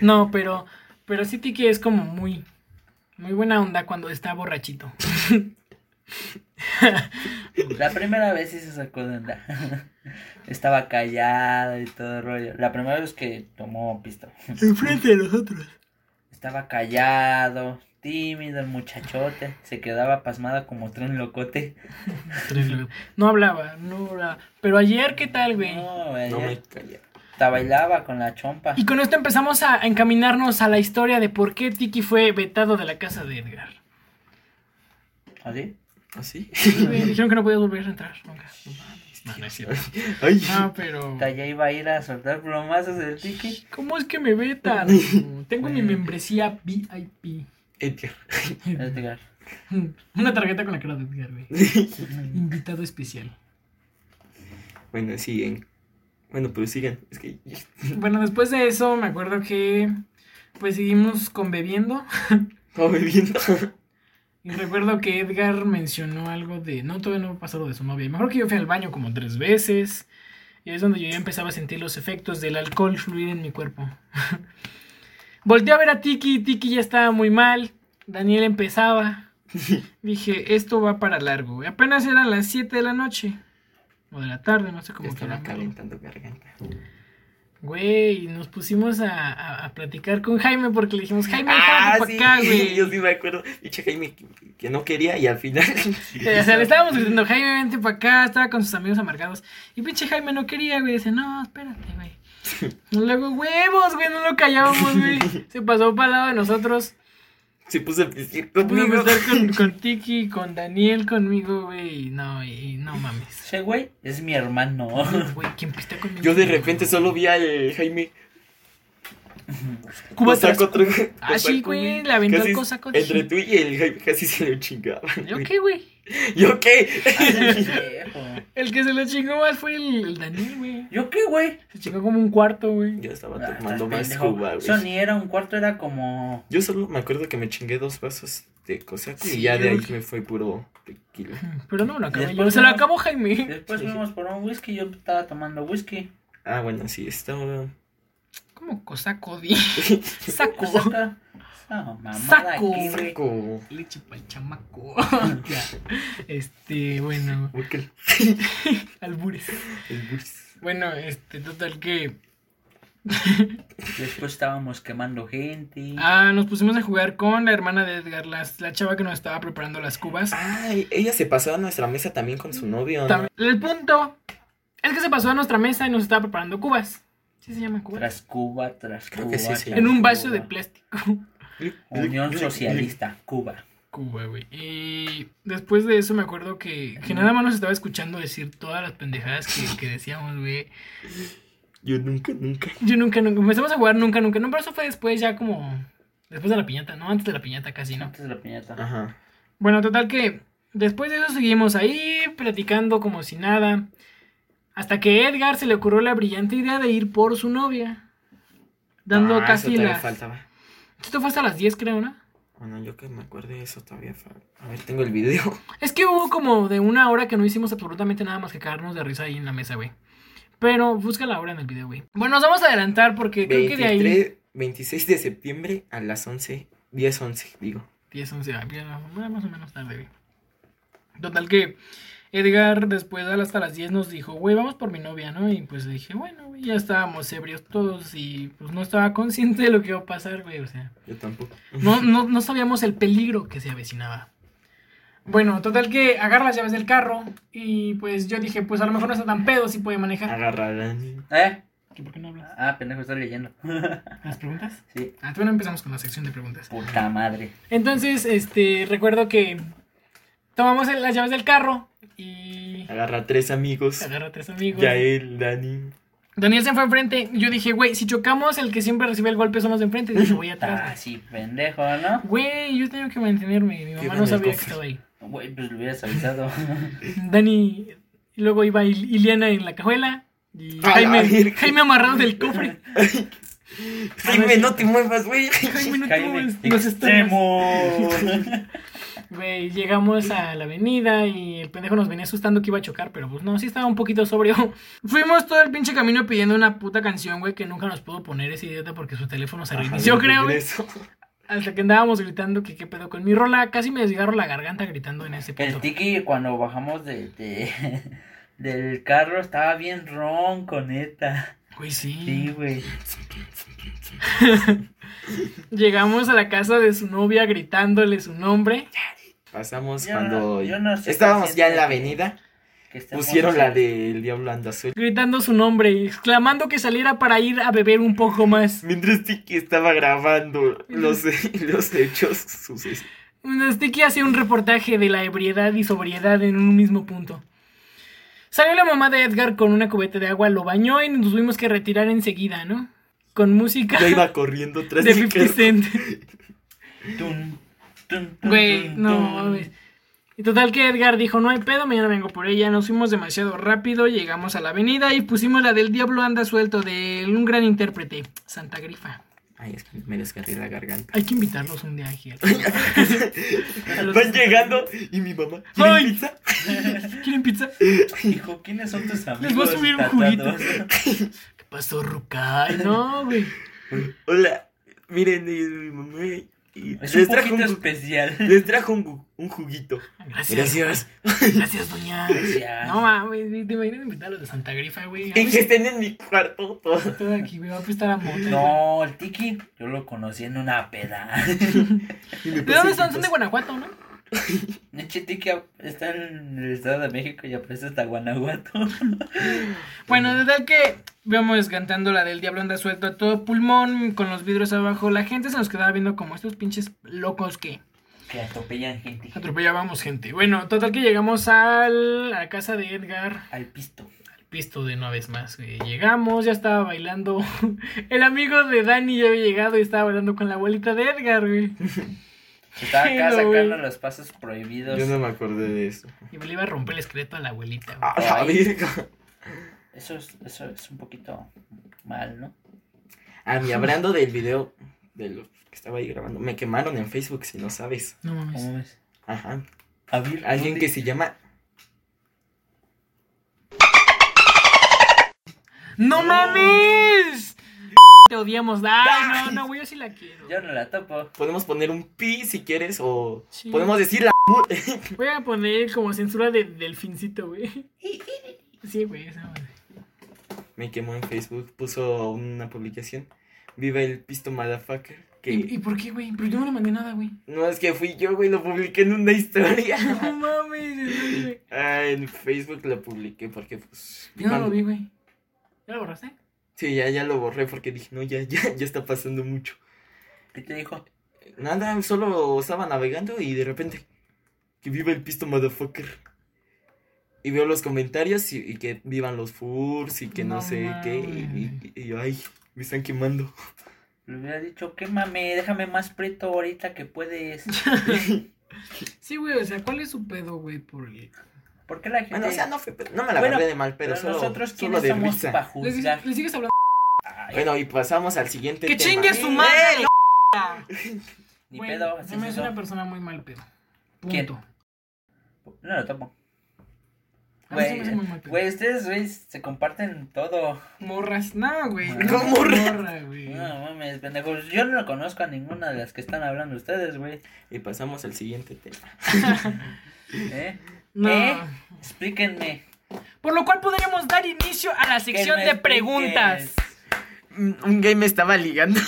S3: No, pero, pero sí Tiki es como muy, muy buena onda cuando está borrachito.
S1: La primera vez sí se sacó de onda. Estaba callado y todo el rollo. La primera vez que tomó pisto.
S3: Enfrente de nosotros.
S1: Estaba callado, tímido el muchachote. Se quedaba pasmada como tren locote.
S3: No hablaba, no hablaba. Pero ayer, ¿qué tal, güey?
S1: No, güey,
S4: No
S1: ya
S4: me callé.
S1: hasta bailaba con la chompa.
S3: Y con esto empezamos a encaminarnos a la historia de por qué Tiki fue vetado de la casa de Edgar.
S1: ¿Así?
S4: ¿Así?
S3: Sí, güey, dijeron que no podías volver a entrar nunca. No, no es cierto.
S4: Ay,
S3: No, pero.
S1: Hasta ya iba a ir a soltar plomazos del tiki.
S3: ¿Cómo es que me vetan? Tengo mi membresía VIP.
S4: Edgar.
S1: Edgar.
S3: Una tarjeta con la cara de Edgar, güey. Invitado especial.
S4: Bueno, siguen. Bueno, pero sigan. Es que.
S3: Bueno, después de eso me acuerdo que pues seguimos con bebiendo.
S4: Estaba bebiendo.
S3: Y recuerdo que Edgar mencionó algo de, no, todavía no ha pasado de su novia. Mejor que yo fui al baño como tres veces. Y es donde yo ya empezaba a sentir los efectos del alcohol fluir en mi cuerpo. Volté a ver a Tiki, Tiki ya estaba muy mal. Daniel empezaba. Dije, esto va para largo. Y apenas eran las 7 de la noche. O de la tarde, no sé
S4: Ya
S3: cómo
S4: estaba
S3: quieran verlo.
S4: calentando garganta.
S3: Güey, nos pusimos a, a- a platicar con Jaime porque le dijimos, Jaime,
S4: Ah,
S3: jálate
S4: sí,
S3: para acá, güey.
S4: yo sí me acuerdo. Dicho Jaime que- que no quería y al final.
S3: Eh, O sea, le estábamos gritando, Jaime, vente para acá, estaba con sus amigos amargados. Y pinche Jaime no quería, güey. Dice, no, espérate, güey. Y Luego, huevos, güey, no lo callábamos, güey. Se pasó para lado de nosotros.
S4: Se puso a pisar
S3: Pudo
S4: conmigo.
S3: estar con, con Tiki, con Daniel, conmigo, güey. y No, y y no mames.
S1: Ese güey es mi hermano.
S3: Güey, ¿quién pista conmigo?
S4: Yo de repente solo vi al Jaime.
S3: Cuba
S4: Cosaco,
S3: tras Cuba.
S4: tru-
S3: Ah,
S4: Cosaco,
S3: sí, güey,
S4: güey.
S3: le aventó
S4: Casi-
S3: Cosaco,
S4: Entre
S3: sí.
S4: tú y el Jaime casi se lo chingaban.
S3: ¿Yo
S4: güey.
S3: qué, Ah. güey?
S4: ¿Yo qué?
S1: Pendejo.
S3: El que se lo chingó más fue el, el Daniel, güey.
S1: ¿Yo qué, güey?
S3: Se chingó como un cuarto, güey.
S4: Yo estaba
S1: Ah,
S4: tomando
S1: estás
S4: más
S1: pendejo.
S4: cuba,
S1: Eso
S4: güey.
S1: ni era un cuarto, era como.
S4: Yo solo me acuerdo que me chingué dos vasos de cosaco
S3: Sí,
S4: y ya de
S3: yo-
S4: ahí me fue puro tequila.
S3: Pero no me lo acabé yo.
S1: Después
S3: Se lo
S1: vamos-
S3: acabó Jaime.
S1: Después
S4: Sí.
S1: fuimos por un whisky y yo estaba tomando whisky.
S4: Ah, bueno, sí, estaba.
S3: Como Cosaco, di.
S1: Pues
S3: Saco.
S1: saca esa Ah, mamada
S3: Saco.
S1: aquí, güey.
S4: Saco.
S3: Leche pa'l chamaco. Ya. este, bueno,
S4: Uy, que-
S3: albures.
S4: El burst.
S3: Bueno, este, total que.
S1: Después estábamos quemando gente.
S3: Ah, nos pusimos a jugar con la hermana de Edgar, la, la chava que nos estaba preparando las cubas.
S4: Ah. Ay, ella se pasó a nuestra mesa también con su novio, ¿no?
S3: Tam- El punto es que se pasó a nuestra mesa y nos estaba preparando cubas. ¿Sí se llaman cubas?
S1: Tras Cuba, tras
S4: Creo
S1: Cuba.
S4: que sí, sí.
S1: tras
S3: En un vaso
S1: Cuba.
S3: de plástico.
S1: Unión Socialista, Cuba.
S3: Cuba, güey. Y después de eso me acuerdo que, que nada más nos estaba escuchando decir todas las pendejadas que, que decíamos, güey.
S4: Yo nunca, nunca.
S3: Yo nunca, nunca. Empezamos a jugar nunca, nunca. No, pero eso fue después ya como. Después de la piñata, ¿no? Antes de la piñata casi, ¿no?
S1: Antes de la piñata.
S4: Ajá.
S3: Bueno, total que. Después de eso seguimos ahí platicando como si nada. Hasta que Edgar se le ocurrió la brillante idea de ir por su novia. Dando
S4: Ah, eso
S3: casi
S4: todavía
S3: las.
S4: faltaba.
S3: Esto fue hasta las 10, creo, ¿no?
S4: Bueno, yo que me acuerde eso todavía falta. A ver, tengo el video.
S3: Es que hubo como de una hora que no hicimos absolutamente nada más que cagarnos de risa ahí en la mesa, güey. Pero busca la hora en el video, güey. Bueno, nos vamos a adelantar porque creo que de ahí.
S4: 23, 26 de septiembre a las 11. 10, 11, digo.
S3: 10, 11, ah, bien, ah, más o menos tarde, güey. Total que Edgar después de hasta las 10 nos dijo, güey, vamos por mi novia, ¿no? Y pues dije, bueno, güey, ya estábamos ebrios todos y pues no estaba consciente de lo que iba a pasar, güey, o sea,
S4: Yo tampoco.
S3: no, no, no sabíamos el peligro que se avecinaba. Bueno, total que agarra las llaves del carro y pues yo dije, pues a lo mejor no está tan pedo si puede manejar.
S4: Agarrarán.
S1: ¿Eh?
S3: ¿Tú ¿Por qué no hablas?
S1: Ah, pendejo, estás leyendo.
S3: ¿Las preguntas?
S1: sí,
S3: Ah, todavía no empezamos con la sección de preguntas.
S1: puta madre.
S3: Entonces, este, recuerdo que tomamos el- las llaves del carro y
S4: Agarra a tres amigos.
S3: agarra a tres amigos.
S4: Yael, Dani.
S3: Daniel se fue enfrente. Yo dije, güey, si chocamos, el que siempre recibe el golpe son los de enfrente. Y dije, voy
S1: Ah,
S3: atrás.
S1: sí, pendejo, ¿no?
S3: Güey, yo tengo que mantenerme. Mi mamá
S4: Quédame
S3: no
S4: el
S3: sabía que
S4: cofre.
S3: estaba ahí.
S1: Güey, pues lo hubieras avisado.
S3: Dani, y luego iba Il- Iliana en la cajuela. Y
S4: A la
S3: Jaime,
S4: verga.
S3: Jaime amarrado del cofre.
S4: Jaime, no te muevas, güey.
S3: Jaime, no te muevas,
S1: Cállate,
S3: nos estamos.
S1: extremo.
S3: Güey, llegamos a la avenida y el pendejo nos venía asustando que iba a chocar, pero pues no, sí estaba un poquito sobrio. Fuimos todo el pinche camino pidiendo una puta canción, güey, que nunca nos pudo poner ese idiota porque su teléfono se
S4: Ajá,
S3: reinició,
S4: de
S3: creo, güey.
S4: regreso.
S3: Hasta que andábamos gritando que qué pedo con mi rola, casi me desgarro la garganta gritando en ese
S1: El
S3: punto.
S1: tiki, cuando bajamos de, de- del carro, estaba bien ronco, neta.
S3: Güey,
S1: Sí,
S3: sí.
S1: güey.
S3: Llegamos a la casa de su novia gritándole su nombre.
S4: Pasamos
S1: Yo no-
S4: cuando
S1: yo no sé
S4: estábamos
S1: qué
S4: ya en la
S1: siento que-
S4: avenida.
S1: Que estemos
S4: Pusieron la
S1: así.
S4: del Diablo Anda Azul.
S3: Gritando su nombre, exclamando que saliera para ir a beber un poco más.
S4: Mientras Tiki estaba grabando los, los hechos, sus
S3: Sticky hacía un reportaje de la ebriedad y sobriedad en un mismo punto. Salió la mamá de Edgar con una cubeta de agua, lo bañó y nos tuvimos que retirar enseguida, ¿no? Con música
S4: Yo iba corriendo tras
S3: de
S4: mi
S3: 50
S4: carro.
S3: Cent.
S1: Tun, tun, tun,
S3: Güey,
S1: tun,
S3: no
S1: tun.
S3: mames. Y total que Edgar dijo, no hay pedo, mañana vengo por ella. Nos fuimos demasiado rápido, llegamos a la avenida y pusimos la del Diablo Anda Suelto de un gran intérprete, Santa Grifa.
S4: Ay, es que me desgarré la garganta.
S3: Hay que invitarlos un día aquí. A los-
S4: Van llegando y mi mamá.
S3: Ay.
S4: ¿Quieren pizza?
S3: ¿Quieren pizza?
S1: Hijo, ¿quiénes son tus amigos?
S3: Les voy a subir un juguito.
S1: tatados?
S3: ¿Qué pasó, Ruca? Ay, no, güey.
S4: Hola, miren, es mi mamá. y
S1: Es un
S4: les, trajo
S1: poquito
S4: un, ju-
S1: especial.
S4: les trajo un, gu- un juguito.
S3: Gracias.
S4: Gracias.
S3: Gracias, doña.
S1: Gracias.
S3: No mames, güey, te imaginas invitarlos de Santa Grifa, güey.
S4: Y que estén en mi cuarto. todos.
S3: Todo aquí, güey, va a prestar a mota. güey.
S1: No, el Tiki, yo lo conocí en una peda.
S4: Y me
S3: ¿De
S4: pasé
S3: dónde son? Son de
S4: pipas.
S3: Guanajuato, ¿no?
S1: Neche Tiki está en el Estado de México y aparece hasta Guanajuato.
S3: Bueno, de tal que vamos cantando la del diablo anda suelto a todo pulmón, con los vidrios abajo. La gente se nos quedaba viendo como estos pinches locos que
S1: Que atropellan gente.
S3: atropellábamos gente. Bueno, total que llegamos al, a la casa de Edgar.
S1: Al pisto.
S3: Al pisto de una vez más. eh, llegamos, ya estaba bailando. El amigo de Dani ya había llegado y estaba bailando con la abuelita de Edgar, güey.
S1: Estaba acá
S3: Hello, güey.
S1: sacando los pasos prohibidos.
S4: Yo no me acordé de eso.
S3: Y le iba a romper el esqueleto a la abuelita, güey.
S4: A Ah, la
S1: Ay.
S4: verga.
S1: Eso, es, eso es un poquito mal, ¿no?
S4: Ah, mi hablando del video de lo que estaba ahí grabando. Me quemaron en Facebook, si no sabes.
S3: No mames.
S1: ¿Cómo ves?
S4: Ajá.
S1: Pues, A ver,
S4: Alguien
S1: ¿dónde?
S4: que se llama.
S3: ¡No mames! Te odiamos. Ay, no, no, güey, yo sí la quiero.
S1: Yo no la topo.
S4: Podemos poner un pi si quieres o
S3: Sí.
S4: podemos decir la.
S3: Voy a poner como censura de delfincito, güey. Sí, güey, esa madre.
S4: Me quemó en Facebook, puso una publicación. Viva el pisto motherfucker. Que
S3: ¿Y, y por qué, güey? Pero yo no le mandé nada, güey.
S4: no es que fui yo, güey, lo publiqué en una historia.
S3: No mames, güey.
S4: Ah, en Facebook lo publiqué porque pues.
S3: Yo no lo
S4: cuando-
S3: vi, güey. ¿Ya lo borraste?
S4: Sí, ya, ya lo borré porque dije, no, ya, ya, ya está pasando mucho.
S1: ¿Qué te dijo?
S4: Nada, solo estaba navegando y de repente. Que viva el pisto motherfucker. Y veo los comentarios y, y que vivan los furs y que no,
S3: No
S4: sé qué. Y, y- y yo, ay, me están quemando.
S1: Le hubiera dicho, quémame, déjame más preto ahorita que puedes.
S3: Sí, güey, o sea, ¿cuál es su pedo, güey? Por el...
S1: ¿Por qué la gente.?
S4: Bueno, o sea, Ah, no, fue, pe- no me la
S1: Bueno,
S4: agarré de mal, pero,
S1: Pero
S4: solo,
S1: nosotros,
S4: solo
S1: ¿quiénes
S4: de
S1: somos
S4: risa.
S1: para
S3: ¿Le,
S1: juzgar?
S3: le sigues hablando?
S1: Ay,
S4: Bueno, y pasamos al siguiente
S3: ¡Que
S4: tema.
S3: chingue su
S4: ¡Eh!
S3: madre!
S1: ni
S3: Güey,
S1: pedo. así
S3: Se me
S1: es eso.
S3: hace una persona muy mal pedo. Punto.
S1: ¿Quién? No lo topo.
S3: A mí se me hace
S1: Güey,
S3: muy mal pedo.
S1: güey, ustedes, güey, se comparten todo.
S3: Morras. No, güey.
S1: Bueno.
S3: no,
S4: ¿Cómo morras?
S3: Morra, güey.
S1: No mames, pendejos. Yo no conozco a ninguna de las que están hablando ustedes, güey.
S4: Y pasamos al siguiente tema.
S1: ¿Eh?
S3: No.
S1: ¿Eh? Explíquenme.
S3: Por lo cual podríamos dar inicio a la sección
S1: me
S3: de
S1: expliques.
S3: preguntas.
S4: Un gay me estaba ligando.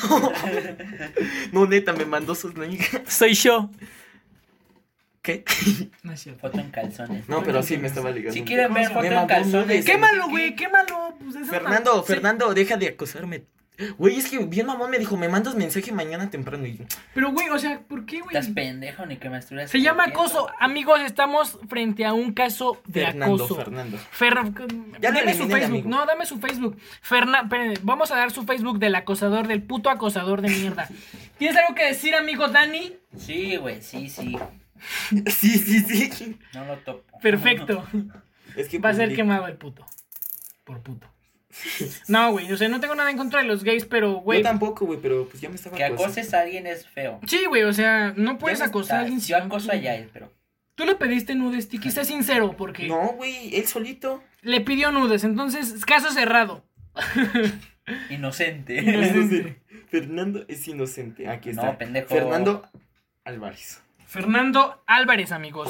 S4: no, neta, me mandó sus nalgas.
S3: Soy yo.
S4: ¿Qué?
S3: No es cierto.
S1: Foto en calzones.
S4: No, pero sí me estaba ligando.
S1: Si quieren ver foto
S4: Me
S1: en
S4: mandó
S1: calzones.
S4: nudes.
S3: Quémalo, güey, quémalo. Pues esa
S4: Fernando,
S3: ma- sí,
S4: Fernando, deja de acosarme. Güey, es que bien mamón me dijo, me mandas mensaje mañana temprano. Y yo,
S3: Pero, güey, o sea, ¿por qué, güey?
S1: Estás pendejo ni que me estuvieras.
S3: Se llama
S1: cogiendo.
S3: acoso. Amigos, estamos frente a un caso de
S4: Fernando,
S3: acoso.
S4: Fernando.
S3: Fer-
S4: Ya lo
S3: dame
S4: eliminé,
S3: su Facebook.
S4: amigo.
S3: No, dame su Facebook. Ferna- espérenme, vamos a dar su Facebook del acosador, del puto acosador de mierda. ¿Tienes algo que decir, amigo Dani?
S1: Sí, güey, sí, sí.
S4: Sí, sí, sí.
S1: No lo topo.
S3: Perfecto.
S4: Es que pues
S3: Va a ser
S4: publiqué-
S3: quemado el puto. Por puto. No, güey, o sea, no tengo nada en contra de los gays, pero, güey.
S4: Yo tampoco, güey, pero pues ya me estaba
S1: Que
S4: acosando.
S1: acoses a alguien es feo.
S3: Sí, güey, o sea, no puedes
S1: Ya no
S3: acosar a
S1: estás.
S3: alguien. si
S1: Yo
S3: no
S1: acoso a
S3: quiere.
S1: Yael, pero.
S3: Tú le pediste nudes, Tiki, sé sincero, porque
S4: No, güey, él solito.
S3: le pidió nudes, entonces, caso cerrado.
S1: Inocente.
S3: Inocente.
S4: Fernando es inocente. Aquí
S1: No,
S4: está.
S1: pendejo.
S4: Fernando Álvarez.
S3: Fernando Álvarez, amigos.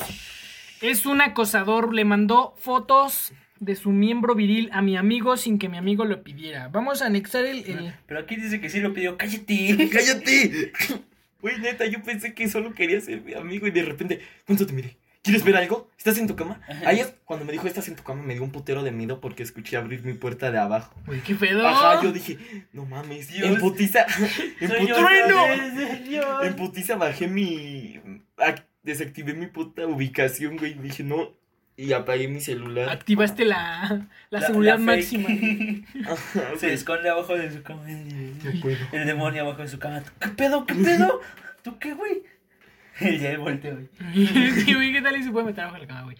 S3: Es un acosador, le mandó fotos de su miembro viril a mi amigo sin que mi amigo lo pidiera. Vamos a anexar el... el-
S1: Pero aquí dice que sí lo pidió. Cállate.
S4: ¡Cállate! Güey, neta, yo pensé que solo quería ser mi amigo y de repente, ¿cuánto te miré? ¿Quieres ver algo? ¿Estás en tu cama? Ahí es cuando me dijo, ¿estás en tu cama? Me dio un putero de miedo porque escuché abrir mi puerta de abajo.
S3: Güey, qué pedo.
S4: Ajá, yo dije, no mames,
S1: Dios.
S4: en putiza, en,
S1: Soy
S4: put-
S1: yo,
S3: ¡Trueno!
S1: Dios, Dios.
S4: en putiza bajé mi, ac- desactivé mi puta ubicación, güey, dije, no, y apagué mi celular.
S3: Activaste la, la
S1: La-
S3: seguridad
S1: la fake.
S3: máxima.
S4: Ajá,
S1: Se
S4: güey.
S1: esconde abajo de su cama.
S4: No puedo.
S1: El demonio abajo de su cama. ¿Qué pedo? ¿Qué pedo? ¿Tú qué, güey? Y ya volteo, güey.
S3: Y, güey, ¿qué tal y se puede meter abajo de la cama, güey?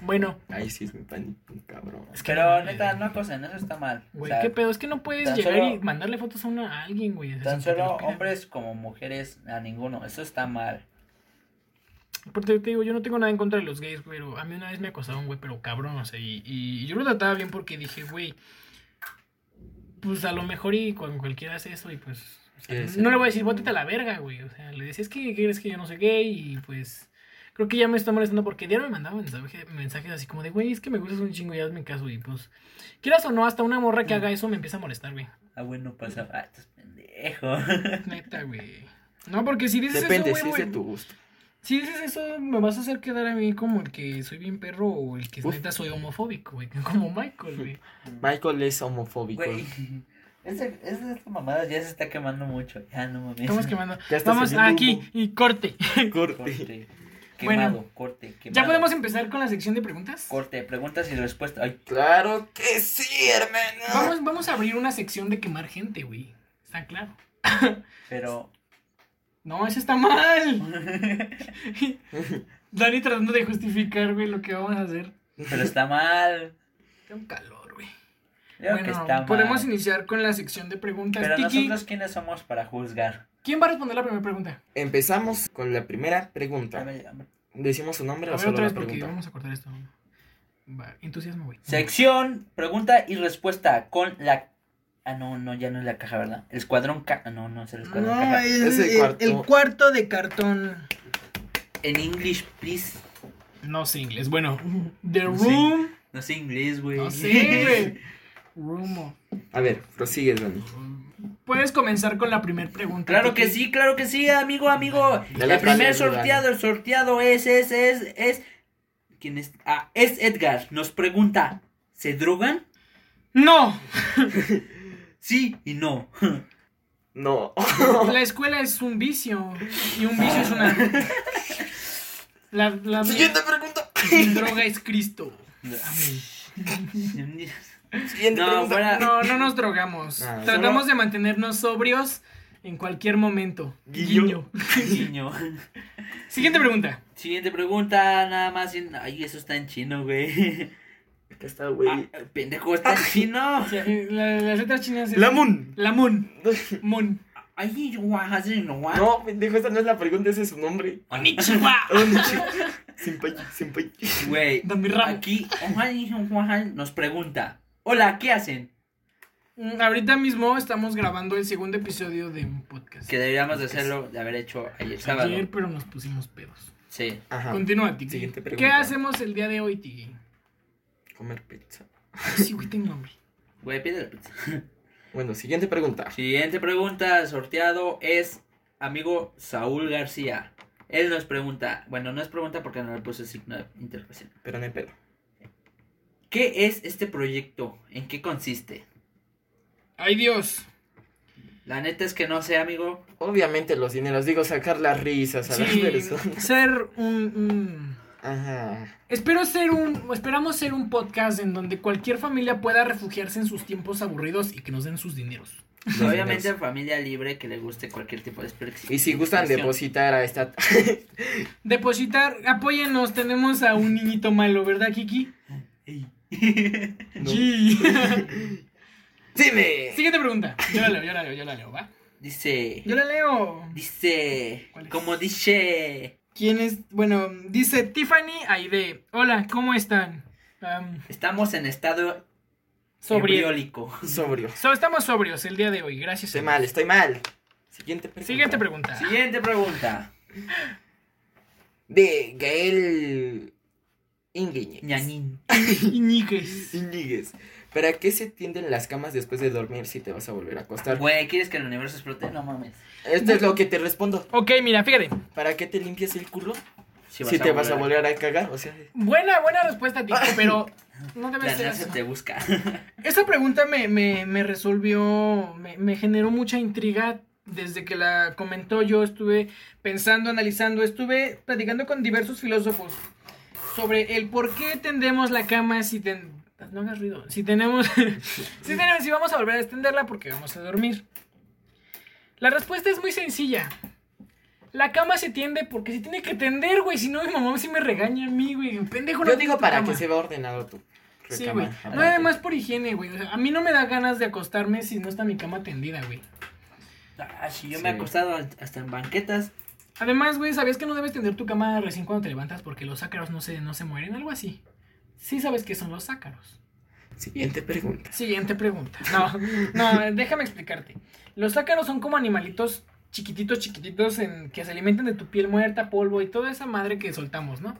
S3: Bueno,
S4: Ay, sí, es mi pánico, cabrón.
S3: es que.
S1: Pero neta, no acosen, eso está mal. O
S3: Güey,
S1: sea,
S3: qué pedo, es que no puedes
S1: tan
S3: llegar y
S1: solo-
S3: mandarle fotos a, una, a alguien, güey. así
S1: Tan
S3: sin que te
S1: solo
S3: lo pidan.
S1: hombres como mujeres, a ninguno. Eso está mal.
S3: Aparte, te digo, yo no tengo nada en contra de los gays, pero a mí una vez me acosaron, güey, pero cabrón, o sea, y, y yo lo trataba bien porque dije, güey, pues a lo mejor y con cualquiera hace eso y pues... o sea,
S4: Sí, sí.
S3: no le voy a decir, bótate a la verga, güey, o sea, le decía, es que ¿qué crees que yo no soy gay y pues... Creo que ya me está molestando porque diario me mandaba mensaje- mensajes así como de, güey, es que me gustas un chingo y hazme caso y pues... Quieras o no, hasta una morra
S4: Mm.
S3: que haga eso me empieza a molestar, güey.
S1: Ah, bueno, pasa. Ah, estás pendejo.
S3: Neta, güey. No, porque si dices
S4: Depende,
S3: eso,
S4: sí,
S3: güey,
S4: es de
S3: güey,
S4: tu gusto.
S3: Si dices eso, me vas a hacer quedar a mí como el que soy bien perro o el que
S4: Uf.
S3: neta soy homofóbico, güey. Como Michael, güey.
S4: Michael es homofóbico.
S1: Güey. Esa, esa- esta mamada ya se está quemando mucho. Ya no mames.
S3: Estamos quemando.
S4: Ya está
S3: Vamos
S4: saliendo
S3: aquí
S4: humo.
S3: y corte.
S4: Corte.
S1: Corte.
S3: Bueno.
S1: Quemado, corte, quemado.
S3: ¿Ya podemos empezar con la sección de preguntas?
S1: Corte, preguntas y respuestas. Ay,
S4: Claro que sí, hermano.
S3: Vamos, vamos a abrir una sección de quemar gente, güey. Está claro.
S1: pero.
S3: No, eso está mal. Dani tratando de justificar, güey, lo que vamos a hacer.
S1: pero está mal.
S3: Tengo calor, güey.
S1: Creo que
S3: bueno,
S1: está mal.
S3: podemos iniciar con la sección de preguntas.
S1: Pero
S3: Tiki,
S1: nosotros, ¿quiénes somos para juzgar?
S3: ¿quién va a responder la primera pregunta?
S4: Empezamos con la primera pregunta.
S1: Dame- dame.
S4: ¿Decimos su nombre
S3: a
S4: o
S3: ver
S4: solo
S3: otra
S4: la
S3: vez porque
S4: pregunta?
S3: vamos a cortar esto. Va, entusiasmo, güey.
S1: Sección, pregunta y respuesta con la. Ah, no, no, ya no es la caja, ¿verdad? El escuadrón K. Ah, no, no es el escuadrón
S3: No,
S1: caja.
S3: el,
S4: Es el
S3: el- el cuarto.
S4: cuarto.
S3: de cartón.
S1: En English, please.
S3: No sé inglés. Bueno, The
S1: No sé.
S3: Room.
S1: No sé inglés, güey.
S3: No sé, güey. Room. of-
S4: A ver, prosigue, Dani.
S3: Puedes comenzar con la primera pregunta.
S1: Claro que
S3: Tiki.
S1: sí, claro que sí, amigo, amigo.
S4: Ya
S1: el
S4: la
S1: primer
S4: traes,
S1: sorteado, el sorteado es, es, es, es. ¿Quién es? Ah, es Edgar. Nos pregunta: ¿se drogan?
S3: No.
S1: Sí y no.
S4: No.
S3: La escuela es un vicio. Y un vicio es una. La, la
S4: Siguiente pregunta.
S3: droga es Cristo. Amén.
S4: Siguiente
S1: No,
S4: pregunta.
S1: fuera.
S3: No, no nos drogamos.
S4: Ah,
S3: Tratamos
S1: Ah. solo-
S3: de mantenernos sobrios en cualquier momento.
S4: Guiño.
S1: Niño.
S3: Siguiente pregunta.
S1: Siguiente pregunta, nada más. en- Ay, eso está en chino, güey.
S4: Acá está, güey.
S1: Ah, pendejo, está en chino.
S3: Eh, la- las letras chinas. es-
S4: Lamun.
S3: La Moon. Moon.
S1: Ay, yo, hacen no, ah. guau.
S4: No, pendejo, esa no es la pregunta, ese es su nombre.
S1: Konnichiwa.
S4: Senpai, senpai.
S1: Güey,
S3: Dame ramo.
S1: aquí ay, guau, nos pregunta: Hola, ¿qué hacen?
S3: Mm, Ahorita mismo estamos grabando el segundo episodio de un podcast.
S1: Que deberíamos de hacerlo, de haber hecho ayer sábado.
S3: Ayer, pero nos pusimos pedos.
S1: Sí.
S4: Ajá.
S3: Continúa, Tiki.
S4: Ah, Siguiente pregunta.
S3: ¿Qué hacemos el día de hoy, Tiki?
S4: Comer pizza.
S3: Ay, sí, güey, tengo hambre.
S1: Güey, pide la pizza.
S4: Bueno, siguiente pregunta.
S1: Siguiente pregunta, sorteado, es amigo Saúl García. Él nos pregunta, bueno, no es pregunta porque no le puse signo de interrogación.
S4: Pero no hay pedo.
S1: ¿Qué es este proyecto? ¿En qué consiste?
S3: Ay, Dios.
S1: La neta es que no sé, amigo.
S4: Obviamente los dineros, digo, sacar las risas a las
S3: Sí,
S4: personas.
S3: ser un- un...
S4: Ajá.
S3: Espero ser un, o esperamos ser un podcast en donde cualquier familia pueda refugiarse en sus tiempos aburridos y que nos den sus dineros.
S4: Los
S1: Obviamente
S4: dineros.
S1: familia libre que le guste cualquier tipo de expresión.
S4: Y si gustan depositar a esta...
S3: Depositar, apóyenos, tenemos a un niñito malo, ¿verdad, Kiki?
S4: No.
S3: Sí.
S4: ¡Dime!
S3: Siguiente pregunta. Yo la leo, yo la leo, yo la leo, ¿va?
S1: Dice,
S3: Yo la leo.
S1: dice,
S3: ¿Cuál es?
S1: como dice,
S3: ¿Quién es? Bueno, dice Tiffany Aide. Hola, ¿cómo están? Am,
S1: estamos en estado
S3: sobrio.
S1: ebriólico.
S4: Sobrio.
S3: So, estamos sobrios el día de hoy, gracias.
S4: Estoy mal, estoy mal. Siguiente pregunta.
S3: Siguiente pregunta.
S1: Siguiente pregunta.
S4: De Gael Inguiñez.
S1: Ñañín.
S3: Iñiguez.
S4: Iñiguez. ¿Para qué se tienden las camas después de dormir si te vas a volver a acostar?
S1: Güey, ¿quieres que el universo explote? No mames.
S4: Esto es lo que te respondo.
S3: Ok, mira, fíjate.
S4: ¿Para qué te limpias el culo
S1: Si,
S4: si te vas a volver a cagar? O sea,
S3: Buena, buena respuesta, Tico, pero no debe
S1: La
S3: ser
S1: NASA
S3: así.
S1: te busca.
S3: Esa pregunta me, me, me resolvió, me, me generó mucha intriga desde que la comentó yo, estuve pensando, analizando, estuve platicando con diversos filósofos sobre el por qué tendemos la cama si ten... No hagas ruido. Si tenemos... si tenemos... Si vamos a volver a extenderla porque vamos a dormir. La respuesta es muy sencilla. La cama se tiende porque se tiene que tender, güey. Si no, mi mamá sí me regaña a mí, güey. Pendejo,
S4: Yo
S3: no
S4: digo
S3: tu
S4: para
S3: cama.
S4: que se vea ordenado tu
S3: Sí,
S4: recámara,
S3: güey. No,
S4: aparte.
S3: además por higiene, güey. O sea, a mí no me da ganas de acostarme si no está mi cama tendida, güey.
S1: Ah, sí, yo
S4: Sí.
S1: me he acostado al- hasta en banquetas.
S3: Además, güey, ¿sabías que no debes tender tu cama recién cuando te levantas porque los ácaros no se, no se mueren? Algo así. Sí sabes qué son los ácaros.
S4: Siguiente pregunta.
S3: Siguiente pregunta. No, no, déjame explicarte. Los ácaros son como animalitos chiquititos, chiquititos, en, que se alimentan de tu piel muerta, polvo y toda esa madre que soltamos, ¿no?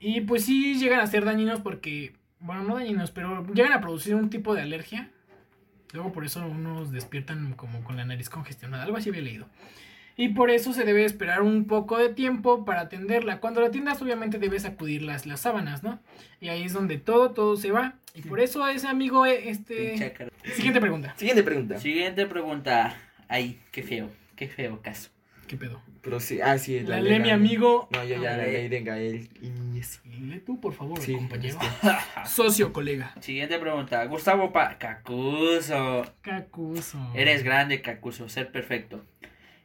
S3: Y pues sí llegan a ser dañinos porque, bueno, no dañinos, pero llegan a producir un tipo de alergia. Luego por eso unos despiertan como con la nariz congestionada, algo así había leído. Y por eso se debe esperar un poco de tiempo para atenderla. Cuando la atiendas obviamente debes sacudir las, las sábanas, ¿no? Y ahí es donde todo, todo se va. Y por eso ese amigo, eh,
S1: Pinche
S3: este...
S1: ácaro.
S3: Siguiente pregunta.
S4: Siguiente pregunta.
S1: Siguiente pregunta. Ay, qué feo, qué feo caso.
S3: ¿Qué pedo?
S4: Pero sí, ah, sí.
S3: La,
S4: ley
S3: lee mi
S4: Gael.
S3: amigo.
S4: No, yo ya la
S1: Ah,
S4: ley de Gael. Y es-
S3: Lee tú, por favor,
S4: Sí, este.
S3: compañero. Socio, colega.
S1: Siguiente pregunta. Gustavo Pa. Cacuso.
S3: Cacuso.
S1: Eres grande, Cacuso. Ser perfecto.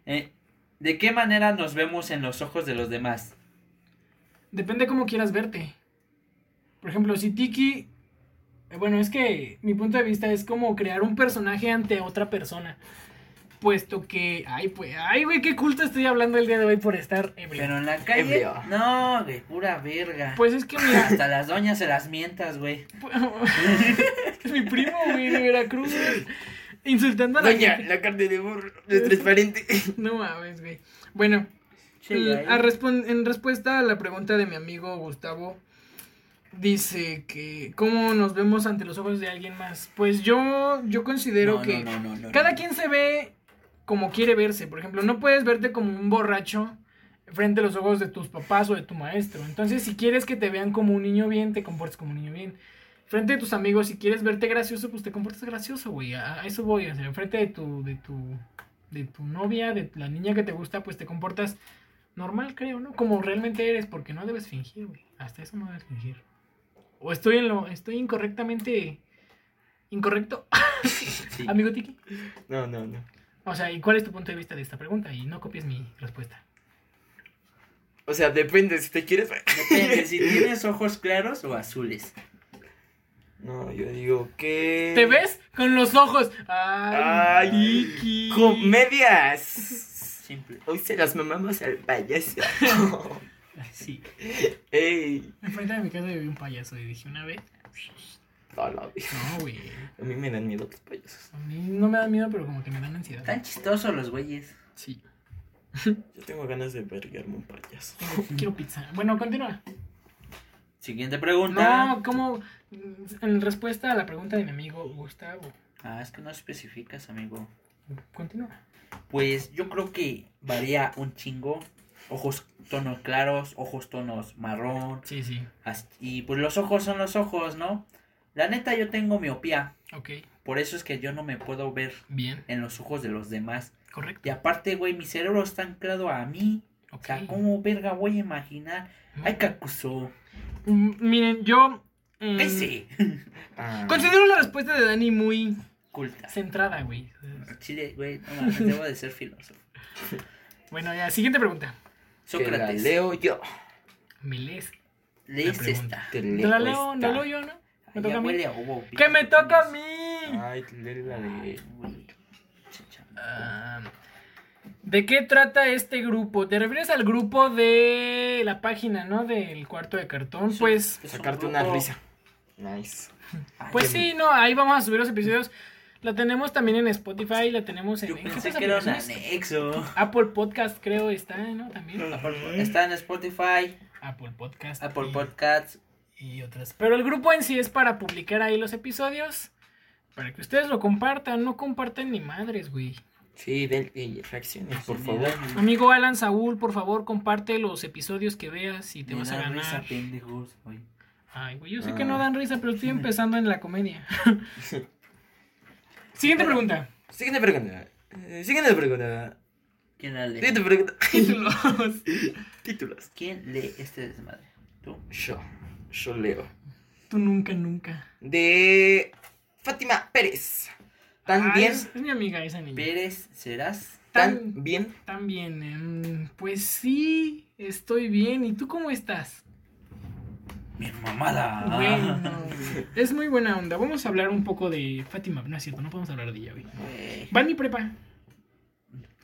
S1: Eh, ¿De qué manera nos vemos en los ojos de los demás?
S3: Depende cómo quieras verte. Por ejemplo, si Tiki. eh, Bueno, es que mi punto de vista es como crear un personaje ante otra persona. Puesto que. Ay, pues. Ay, güey, qué culto estoy hablando el día de hoy por estar ebrio.
S1: Pero en la calle.
S4: Ebrio.
S1: No, güey, pura verga.
S3: Pues es que mira.
S1: Hasta las doñas se las mientas, güey.
S3: es que es mi primo, güey, de Veracruz. Insultando a la
S4: Doña,
S3: gente.
S4: la carne de burro es transparente.
S3: No mames, güey. Bueno,
S1: Che,
S3: L-
S1: güey.
S3: a respon- en respuesta a la pregunta de mi amigo Gustavo, dice que cómo nos vemos ante los ojos de alguien más. Pues yo, yo considero
S1: No,
S3: que
S1: no, no, no, no,
S3: cada
S1: no.
S3: quien se ve como quiere verse. Por ejemplo, no puedes verte como un borracho frente a los ojos de tus papás o de tu maestro. Entonces, si quieres que te vean como un niño bien, te comportes como un niño bien. Frente a tus amigos, si quieres verte gracioso, pues te comportas gracioso, güey. A, a eso voy. O sea, frente de tu, de tu, de tu novia, de la niña que te gusta, pues te comportas normal, creo, ¿no? Como realmente eres, porque no debes fingir, güey. Hasta eso no debes fingir. O estoy en lo, estoy incorrectamente, incorrecto,
S1: Sí.
S3: amigo Tiki.
S4: No, no, no.
S3: O sea, ¿y cuál es tu punto de vista de esta pregunta? Y no copies mi respuesta.
S4: O sea, depende si te quieres.
S1: Depende si tienes ojos claros o azules.
S4: No, yo digo que.
S3: ¿Te ves? Con los ojos. Ay,
S4: Eh. Ay,
S3: Tiki.
S4: Comedias.
S1: Simple.
S4: Hoy se las mamamos al payaso.
S3: Sí.
S4: Ey.
S3: Enfrente de mi casa viví un payaso y dije una vez.
S4: No, no,
S3: No, güey.
S4: a mí me dan miedo los payasos.
S3: A mí no me da miedo, pero como que me dan ansiedad.
S1: Tan chistosos los güeyes.
S3: Sí.
S4: Yo tengo ganas de vergarme un payaso.
S3: Tengo- Quiero pizza. Bueno, continúa.
S1: Siguiente pregunta.
S3: No, como en respuesta a la pregunta de mi amigo Gustavo.
S1: Ah, es que no especificas, amigo.
S3: Continúa.
S1: Pues yo creo que varía un chingo. Ojos tonos claros, ojos tonos marrón.
S3: Sí, sí.
S1: as- Y pues los ojos son los ojos, ¿no? La neta yo tengo miopía.
S3: Ok,
S1: Por eso es que yo no me puedo ver
S3: bien.
S1: en los ojos de los demás.
S3: Correcto.
S1: Y aparte, güey, mi cerebro está anclado a mí. O
S3: Ok.
S1: sea, ¿cómo verga voy a imaginar? Ay, Kakuso.
S3: Mm, Miren, yo. mm,
S1: ¿Qué sí?
S4: Ah.
S3: Considero la respuesta de Dani muy
S1: Culta.
S3: centrada, güey.
S1: Chile, güey, no mames, debo de ser filósofo.
S3: Bueno, ya, siguiente pregunta.
S4: Te la
S1: Sócrates,
S4: leo yo.
S3: Me lees.
S1: lees
S3: la pregunta.
S1: esta.
S4: Te
S3: Te
S4: leo.
S3: la
S1: pues,
S3: leo,
S4: esta.
S3: la leo yo, ¿no? Me
S1: Ay,
S3: toca
S1: ya
S3: a mí.
S1: huele a huevo,
S3: ¡Que me
S1: pinche
S3: toca a
S1: chingas.
S3: mí!
S1: Ah.
S4: Ay, te leo la de.
S1: Güey, chicha.
S3: Ah, ¿De qué trata este grupo? ¿Te refieres al grupo de la página, ¿no? Del cuarto de cartón.
S1: Sí.
S3: Pues,
S1: Es un
S4: Sacarte una
S1: grupo-
S4: risa. Nice.
S1: Ay,
S3: pues
S1: yo-
S3: sí, no, ahí vamos a subir los episodios. La tenemos también en Spotify, la tenemos en...
S1: Yo
S3: ¿en qué
S1: pensé
S3: otras
S1: que era un
S3: aplicaciones?
S1: anexo.
S3: Apple Podcast creo está, ¿no? También.
S1: Está en Spotify,
S3: Apple Podcast.
S1: Mm. Apple
S3: y-
S1: Podcasts.
S3: y otras. Pero el grupo en sí es para publicar ahí los episodios. Para que ustedes lo compartan. No comparten ni madres, güey.
S4: Sí, den y reacciones, por favor.
S3: Amigo Alan Saúl, por favor, comparte los episodios que veas y te vas a ganar.
S1: Risa, pendejos, güey.
S3: Ay, güey, yo sé que no
S4: Ah.
S3: dan risa, pero estoy empezando en la comedia. Siguiente pregunta.
S4: Siguiente pregunta. Eh, Siguiente pregunta.
S1: ¿Quién la lee?
S4: Siguiente pregunta.
S3: Títulos.
S4: Títulos.
S1: ¿Quién lee este desmadre? ¿Tú?
S4: Yo. Yo leo.
S3: Tú nunca, nunca.
S4: De Fátima Pérez.
S3: Ay,
S4: También.
S3: es, es mi amiga esa niña.
S1: Pérez, serás.
S3: Tan,
S4: ¿Tan bien?
S3: tan bien. em, pues sí, estoy bien. ¿Y tú cómo estás?
S1: Mi mamada.
S3: Bueno, güey. es muy buena onda. Vamos a hablar un poco de Fátima. No es cierto, no podemos hablar de ella, güey.
S1: Güey.
S3: Van y prepa.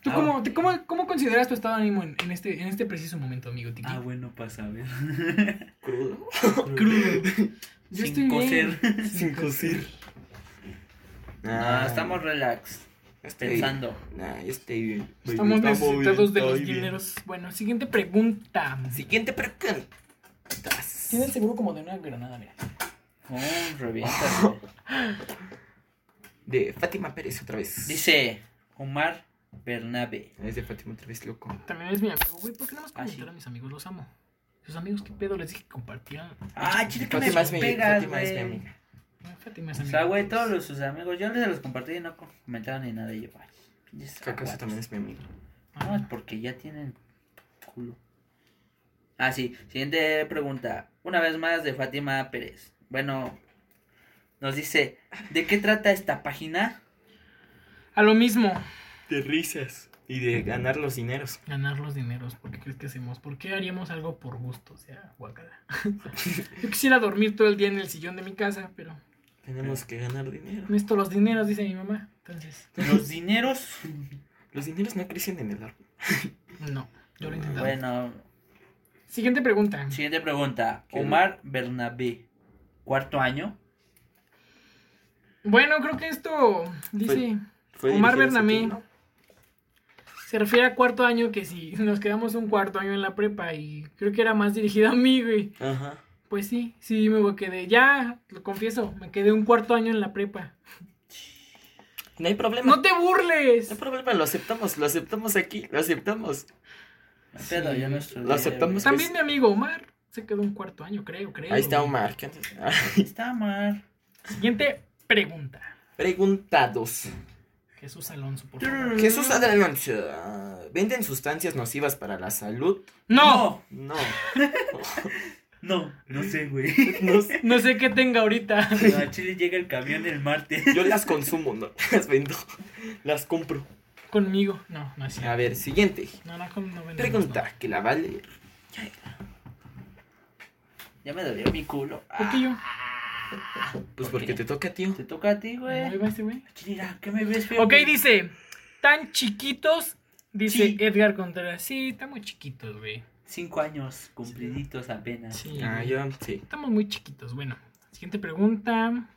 S3: ¿Tú
S1: Ah,
S3: cómo, te- cómo, cómo consideras tu estado de ánimo en, en este, en este preciso momento, amigo Tiki?
S1: Ah, bueno, para saber.
S4: Crudo.
S3: Crudo.
S1: Sin
S3: Yo estoy
S1: coser.
S3: bien.
S4: Sin coser.
S1: Ah, estamos relax.
S4: Estoy-
S1: Pensando.
S4: este, Nah, yo estoy bien.
S3: Estamos
S4: Baby, estamos
S3: necesitados de
S4: bien,
S3: los
S4: estoy bien.
S3: dineros. Bueno, siguiente pregunta.
S4: Siguiente pregunta.
S3: Tiene el seguro como de una granada, mira.
S1: Oh, reviéntate.
S4: De Fátima Pérez otra vez.
S1: Dice Omar Bernabe.
S4: Es de Fátima otra vez, loco.
S3: También es mi amigo, güey. ¿Por qué no más
S1: Ah,
S3: comentar
S1: sí.
S3: a mis amigos? Los amo. Sus amigos, qué pedo, les dije que compartieran.
S1: Ah, chile que me
S4: Fátima es mi,
S1: pegas,
S4: Fátima es mi
S1: güey.
S4: amiga.
S3: Ah, Fátima es
S1: O
S3: amiga.
S1: sea, güey, todos los- sus amigos. Yo les los compartí y no comentaron ni nada. Y yo, ay, pinches
S4: Cacaso
S1: aguates.
S4: también es mi amiga.
S1: No, es
S3: Ah,
S1: porque ya tienen culo. Ah, sí. Siguiente pregunta. Una vez más de Fátima Pérez. Bueno, nos dice, ¿de qué trata esta página?
S3: A lo mismo.
S4: De risas. Y de ganar los dineros.
S3: Ganar los dineros. ¿Por qué crees que hacemos? ¿Por qué haríamos algo por gusto? O sea, guacala. Yo quisiera dormir todo el día en el sillón de mi casa, pero
S4: Tenemos que ganar dinero.
S3: necesito los dineros, dice mi mamá. Entonces,
S1: Los dineros.
S4: Los dineros no crecen en el árbol.
S3: no. Yo lo he intentado.
S1: Bueno,
S3: Siguiente pregunta.
S1: siguiente pregunta.
S4: ¿Qué?
S1: Omar Bernabé. ¿Cuarto año?
S3: Bueno, creo que esto dice.
S4: Fue
S3: Omar
S4: dirigido hacia ti,
S3: Bernamé.
S4: ¿no?
S3: Se refiere a cuarto año que si nos quedamos un cuarto año en la prepa y creo que era más dirigida a mí, güey.
S4: Ajá.
S3: Pues sí, sí me quedé. Ya, lo confieso, me quedé un cuarto año en la prepa.
S4: No hay problema.
S3: ¡No
S4: No,
S3: te burles!
S4: hay problema, lo aceptamos, lo aceptamos aquí, lo aceptamos.
S1: No hay pedo,
S3: Sí.
S1: yo no estudié,
S4: Lo aceptamos.
S1: güey.
S3: También mi amigo Omar se quedó un cuarto año, creo, creo.
S4: Ahí está
S3: güey.
S4: Omar. ¿qué antes? Ah,
S1: Ahí Está Omar.
S3: Siguiente pregunta.
S4: Preguntados.
S3: Jesús Alonso, por favor.
S4: Jesús Alonso. ah, ¿Venden sustancias nocivas para la salud?
S3: ¡No!
S4: No.
S1: No, no sé, güey.
S4: no sé.
S3: No sé qué tenga ahorita.
S1: A Chile llega el camión el martes.
S4: Yo las consumo, no las vendo. Las compro.
S3: Conmigo. No, no es cierto.
S4: A ver, siguiente.
S3: No, no, con- no vendemos,
S4: Ah. Pregunta, ¿que la vale?
S1: Ya me dolió mi culo.
S3: no. ¿Por qué yo?
S4: Pues
S1: ¿Por
S4: porque
S1: qué?
S4: te toca, tío.
S1: Te toca a ti,
S3: ¿No
S1: güey.
S3: iba ese güey?
S1: Chira, ¿qué me ves, feo?
S3: Ok, dice, tan chiquitos, dice
S1: Sí.
S3: Edgar Contreras. Sí, estamos chiquitos, güey.
S1: Cinco años cumpliditos apenas.
S3: Sí,
S4: Ah,
S3: güey.
S4: yo sí.
S3: estamos muy chiquitos. Bueno, siguiente pregunta.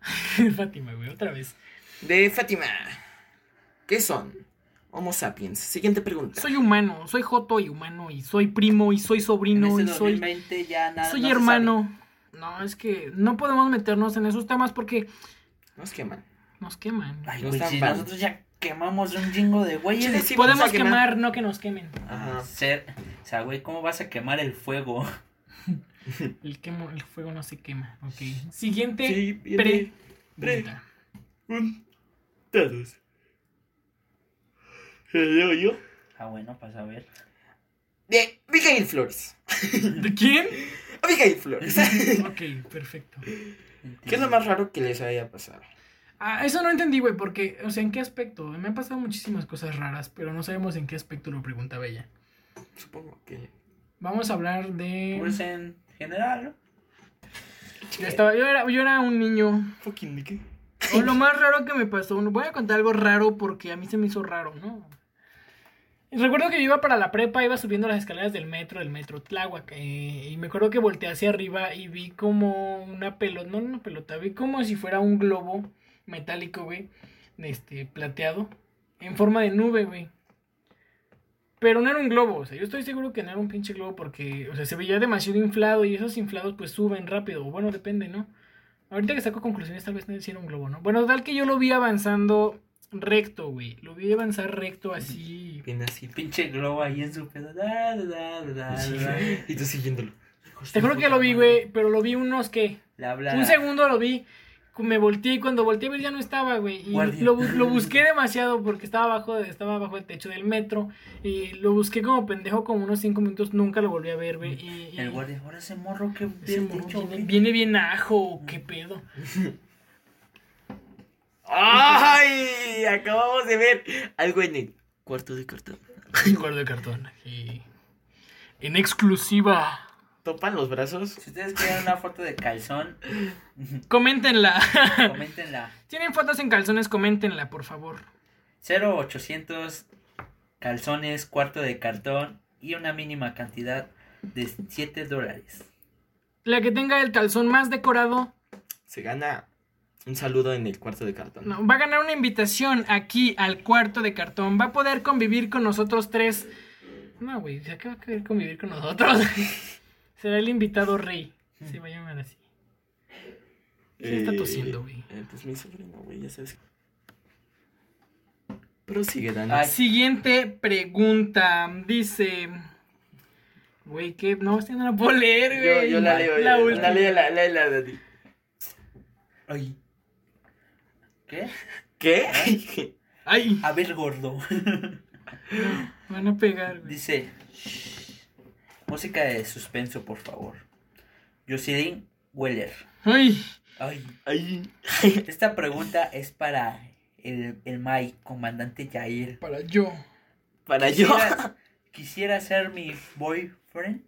S3: Fátima, güey, otra vez.
S4: De Fátima. ¿Qué son? Homo sapiens. Siguiente pregunta.
S3: Soy humano, soy joto y humano, y soy primo, y soy
S1: En
S3: sobrino,
S1: este
S3: y soy,
S1: 2020 ya nada.
S3: soy
S1: no se
S3: hermano. No, es que no podemos meternos en esos temas porque
S4: Nos queman.
S3: nos queman.
S1: sabe. Ay,
S4: No
S1: güey,
S4: están
S1: si
S4: pan.
S1: nosotros ya quemamos un chingo de
S4: Chile,
S1: güeyes.
S4: sí, vamos
S3: Podemos
S4: a quemar.
S3: quemar, no que nos quemen.
S1: Ajá.
S4: Ajá.
S1: Ser, o sea, güey, ¿cómo vas a quemar el fuego?
S3: El, quemo, el fuego no se quema. Ok. Siguiente
S4: Sí, viene.
S3: pregunta.
S4: Preguntados. ¿Se leo yo?
S1: Ah, bueno, para saber.
S4: De Abigail Flores.
S3: ¿De quién?
S4: Abigail Flores.
S3: Ok, perfecto.
S4: ¿Qué es lo más raro que les haya pasado?
S3: Ah, eso no entendí, güey, porque, o sea, ¿en qué aspecto? Me han pasado muchísimas cosas raras, pero no sabemos en qué aspecto lo preguntaba ella.
S4: Supongo que.
S3: Vamos a hablar
S1: Pues
S3: de...
S1: en general, ¿no?
S4: eh,
S3: Yo, estaba- yo era, yo era un niño.
S4: Fucking Mickey.
S3: O lo más raro que me pasó, voy a contar algo raro porque a mí se me hizo raro, ¿no? Recuerdo que yo iba para la prepa, iba subiendo las escaleras del metro, del metro Tláhuac, eh, y me acuerdo que volteé hacia arriba y vi como una pelota, no una pelota, vi como si fuera un globo metálico, güey, este, plateado, en forma de nube, güey. Pero no era un globo, o sea, yo estoy seguro que no era un pinche globo porque, o sea, se veía demasiado inflado y esos inflados pues suben rápido, o bueno, depende, ¿no? Ahorita que saco conclusiones, tal vez no hiciera un globo, ¿no? Bueno, tal que yo lo vi avanzando recto, güey, lo vi avanzar recto así.
S4: Bien así.
S1: Pinche globo ahí en su pedo. Da, da, da, da, da.
S4: Y tú siguiéndolo.
S1: Hijos
S3: Te
S1: de
S3: juro que
S1: puta
S3: lo vi,
S1: madre.
S3: güey, pero lo vi unos que.
S1: Le habla.
S3: Un segundo lo vi. Me volteé y cuando volteé a ver ya no estaba, güey. Y
S1: Guardia.
S3: lo, bu- lo busqué demasiado porque estaba abajo, de- estaba abajo del techo del metro. Y lo busqué como pendejo como unos cinco minutos. Nunca lo volví a ver, güey. Y, y-
S1: El guardia, ahora ese morro que
S3: ese
S1: bien
S3: morro
S1: techo,
S3: viene,
S1: güey.
S3: viene bien ajo, qué pedo.
S4: ¡Ay! Acabamos de ver algo en el cuarto de cartón.
S3: Un cuarto de cartón. Y... En exclusiva.
S4: ¿Topan los brazos?
S1: Si ustedes quieren una foto de calzón,
S3: Coméntenla.
S1: coméntenla.
S3: Tienen fotos en calzones, coméntenla, por favor.
S1: 0800 calzones, cuarto de cartón y una mínima cantidad de 7 dólares.
S3: La que tenga el calzón más decorado
S4: Se gana un saludo en el cuarto de cartón.
S3: no, va a ganar una invitación aquí al cuarto de cartón. Va a poder convivir con nosotros tres. No, güey, ya que va a querer convivir con nosotros. Será el invitado rey. Se va a llamar así. ¿Quién está tosiendo, güey?
S4: Eh, pues mi sobrino, güey, ya sabes. Prosigue, Dani.
S1: Ay.
S3: Siguiente pregunta. Dice. Güey, ¿qué? No, esta no la puedo leer, güey. La última.
S4: la, la, la, Dani.
S1: Ay. ¿Qué?
S4: ¿Qué?
S3: Ay,
S1: A ver, gordo.
S3: me van a pegar, güey.
S1: Dice. Música de suspenso, por favor. Jocelyn Weller.
S3: Ay,
S1: Ay.
S4: Ay.
S1: Esta pregunta es para el, el Mai, comandante Jair.
S3: para yo.
S4: Para yo.
S1: ¿Quisiera, quisiera ser mi boyfriend?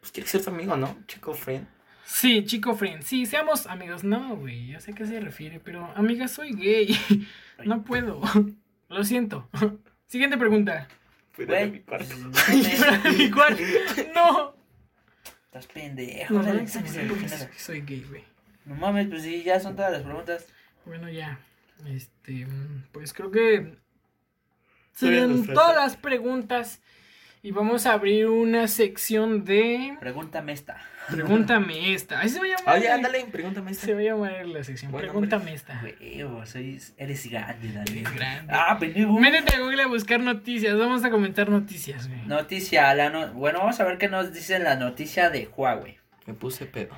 S4: Pues quiero ser tu amigo, ¿no? Chico friend.
S3: Sí, chico friend. Sí, seamos amigos. No, güey, yo sé a qué se refiere, pero amiga, soy gay. No puedo. Lo siento. Siguiente pregunta.
S4: Fuera de
S1: Güey,
S4: mi cuarto.
S1: no
S3: Fuera de
S1: mames,
S3: mi cuarto. No.
S1: Estás pendejo.
S3: No,
S1: dale,
S3: no,
S1: sáquese
S3: no,
S1: el
S3: no,
S1: primero.
S3: soy gay, güey.
S1: No mames, pues sí, ya son todas las preguntas.
S3: Bueno, ya. Este, mm, pues creo que
S4: Todavía
S3: serían
S4: nos falta.
S3: todas las preguntas. Y vamos a abrir una sección de
S1: Pregúntame esta.
S3: Pregúntame esta. Ahí se va a llamar.
S4: Oye, ándale, pregúntame esta.
S3: Se va a llamar la sección.
S4: Buen
S3: Pregúntame esta.
S1: Huevo, sois, eres grande, dale.
S3: Eres grande.
S1: Ah, pendejo.
S3: Métete a Google a buscar noticias. Vamos a comentar noticias, güey. No,
S1: Noticia, la no- bueno, vamos a ver qué nos dice la noticia de Huawei.
S4: Me puse pedo.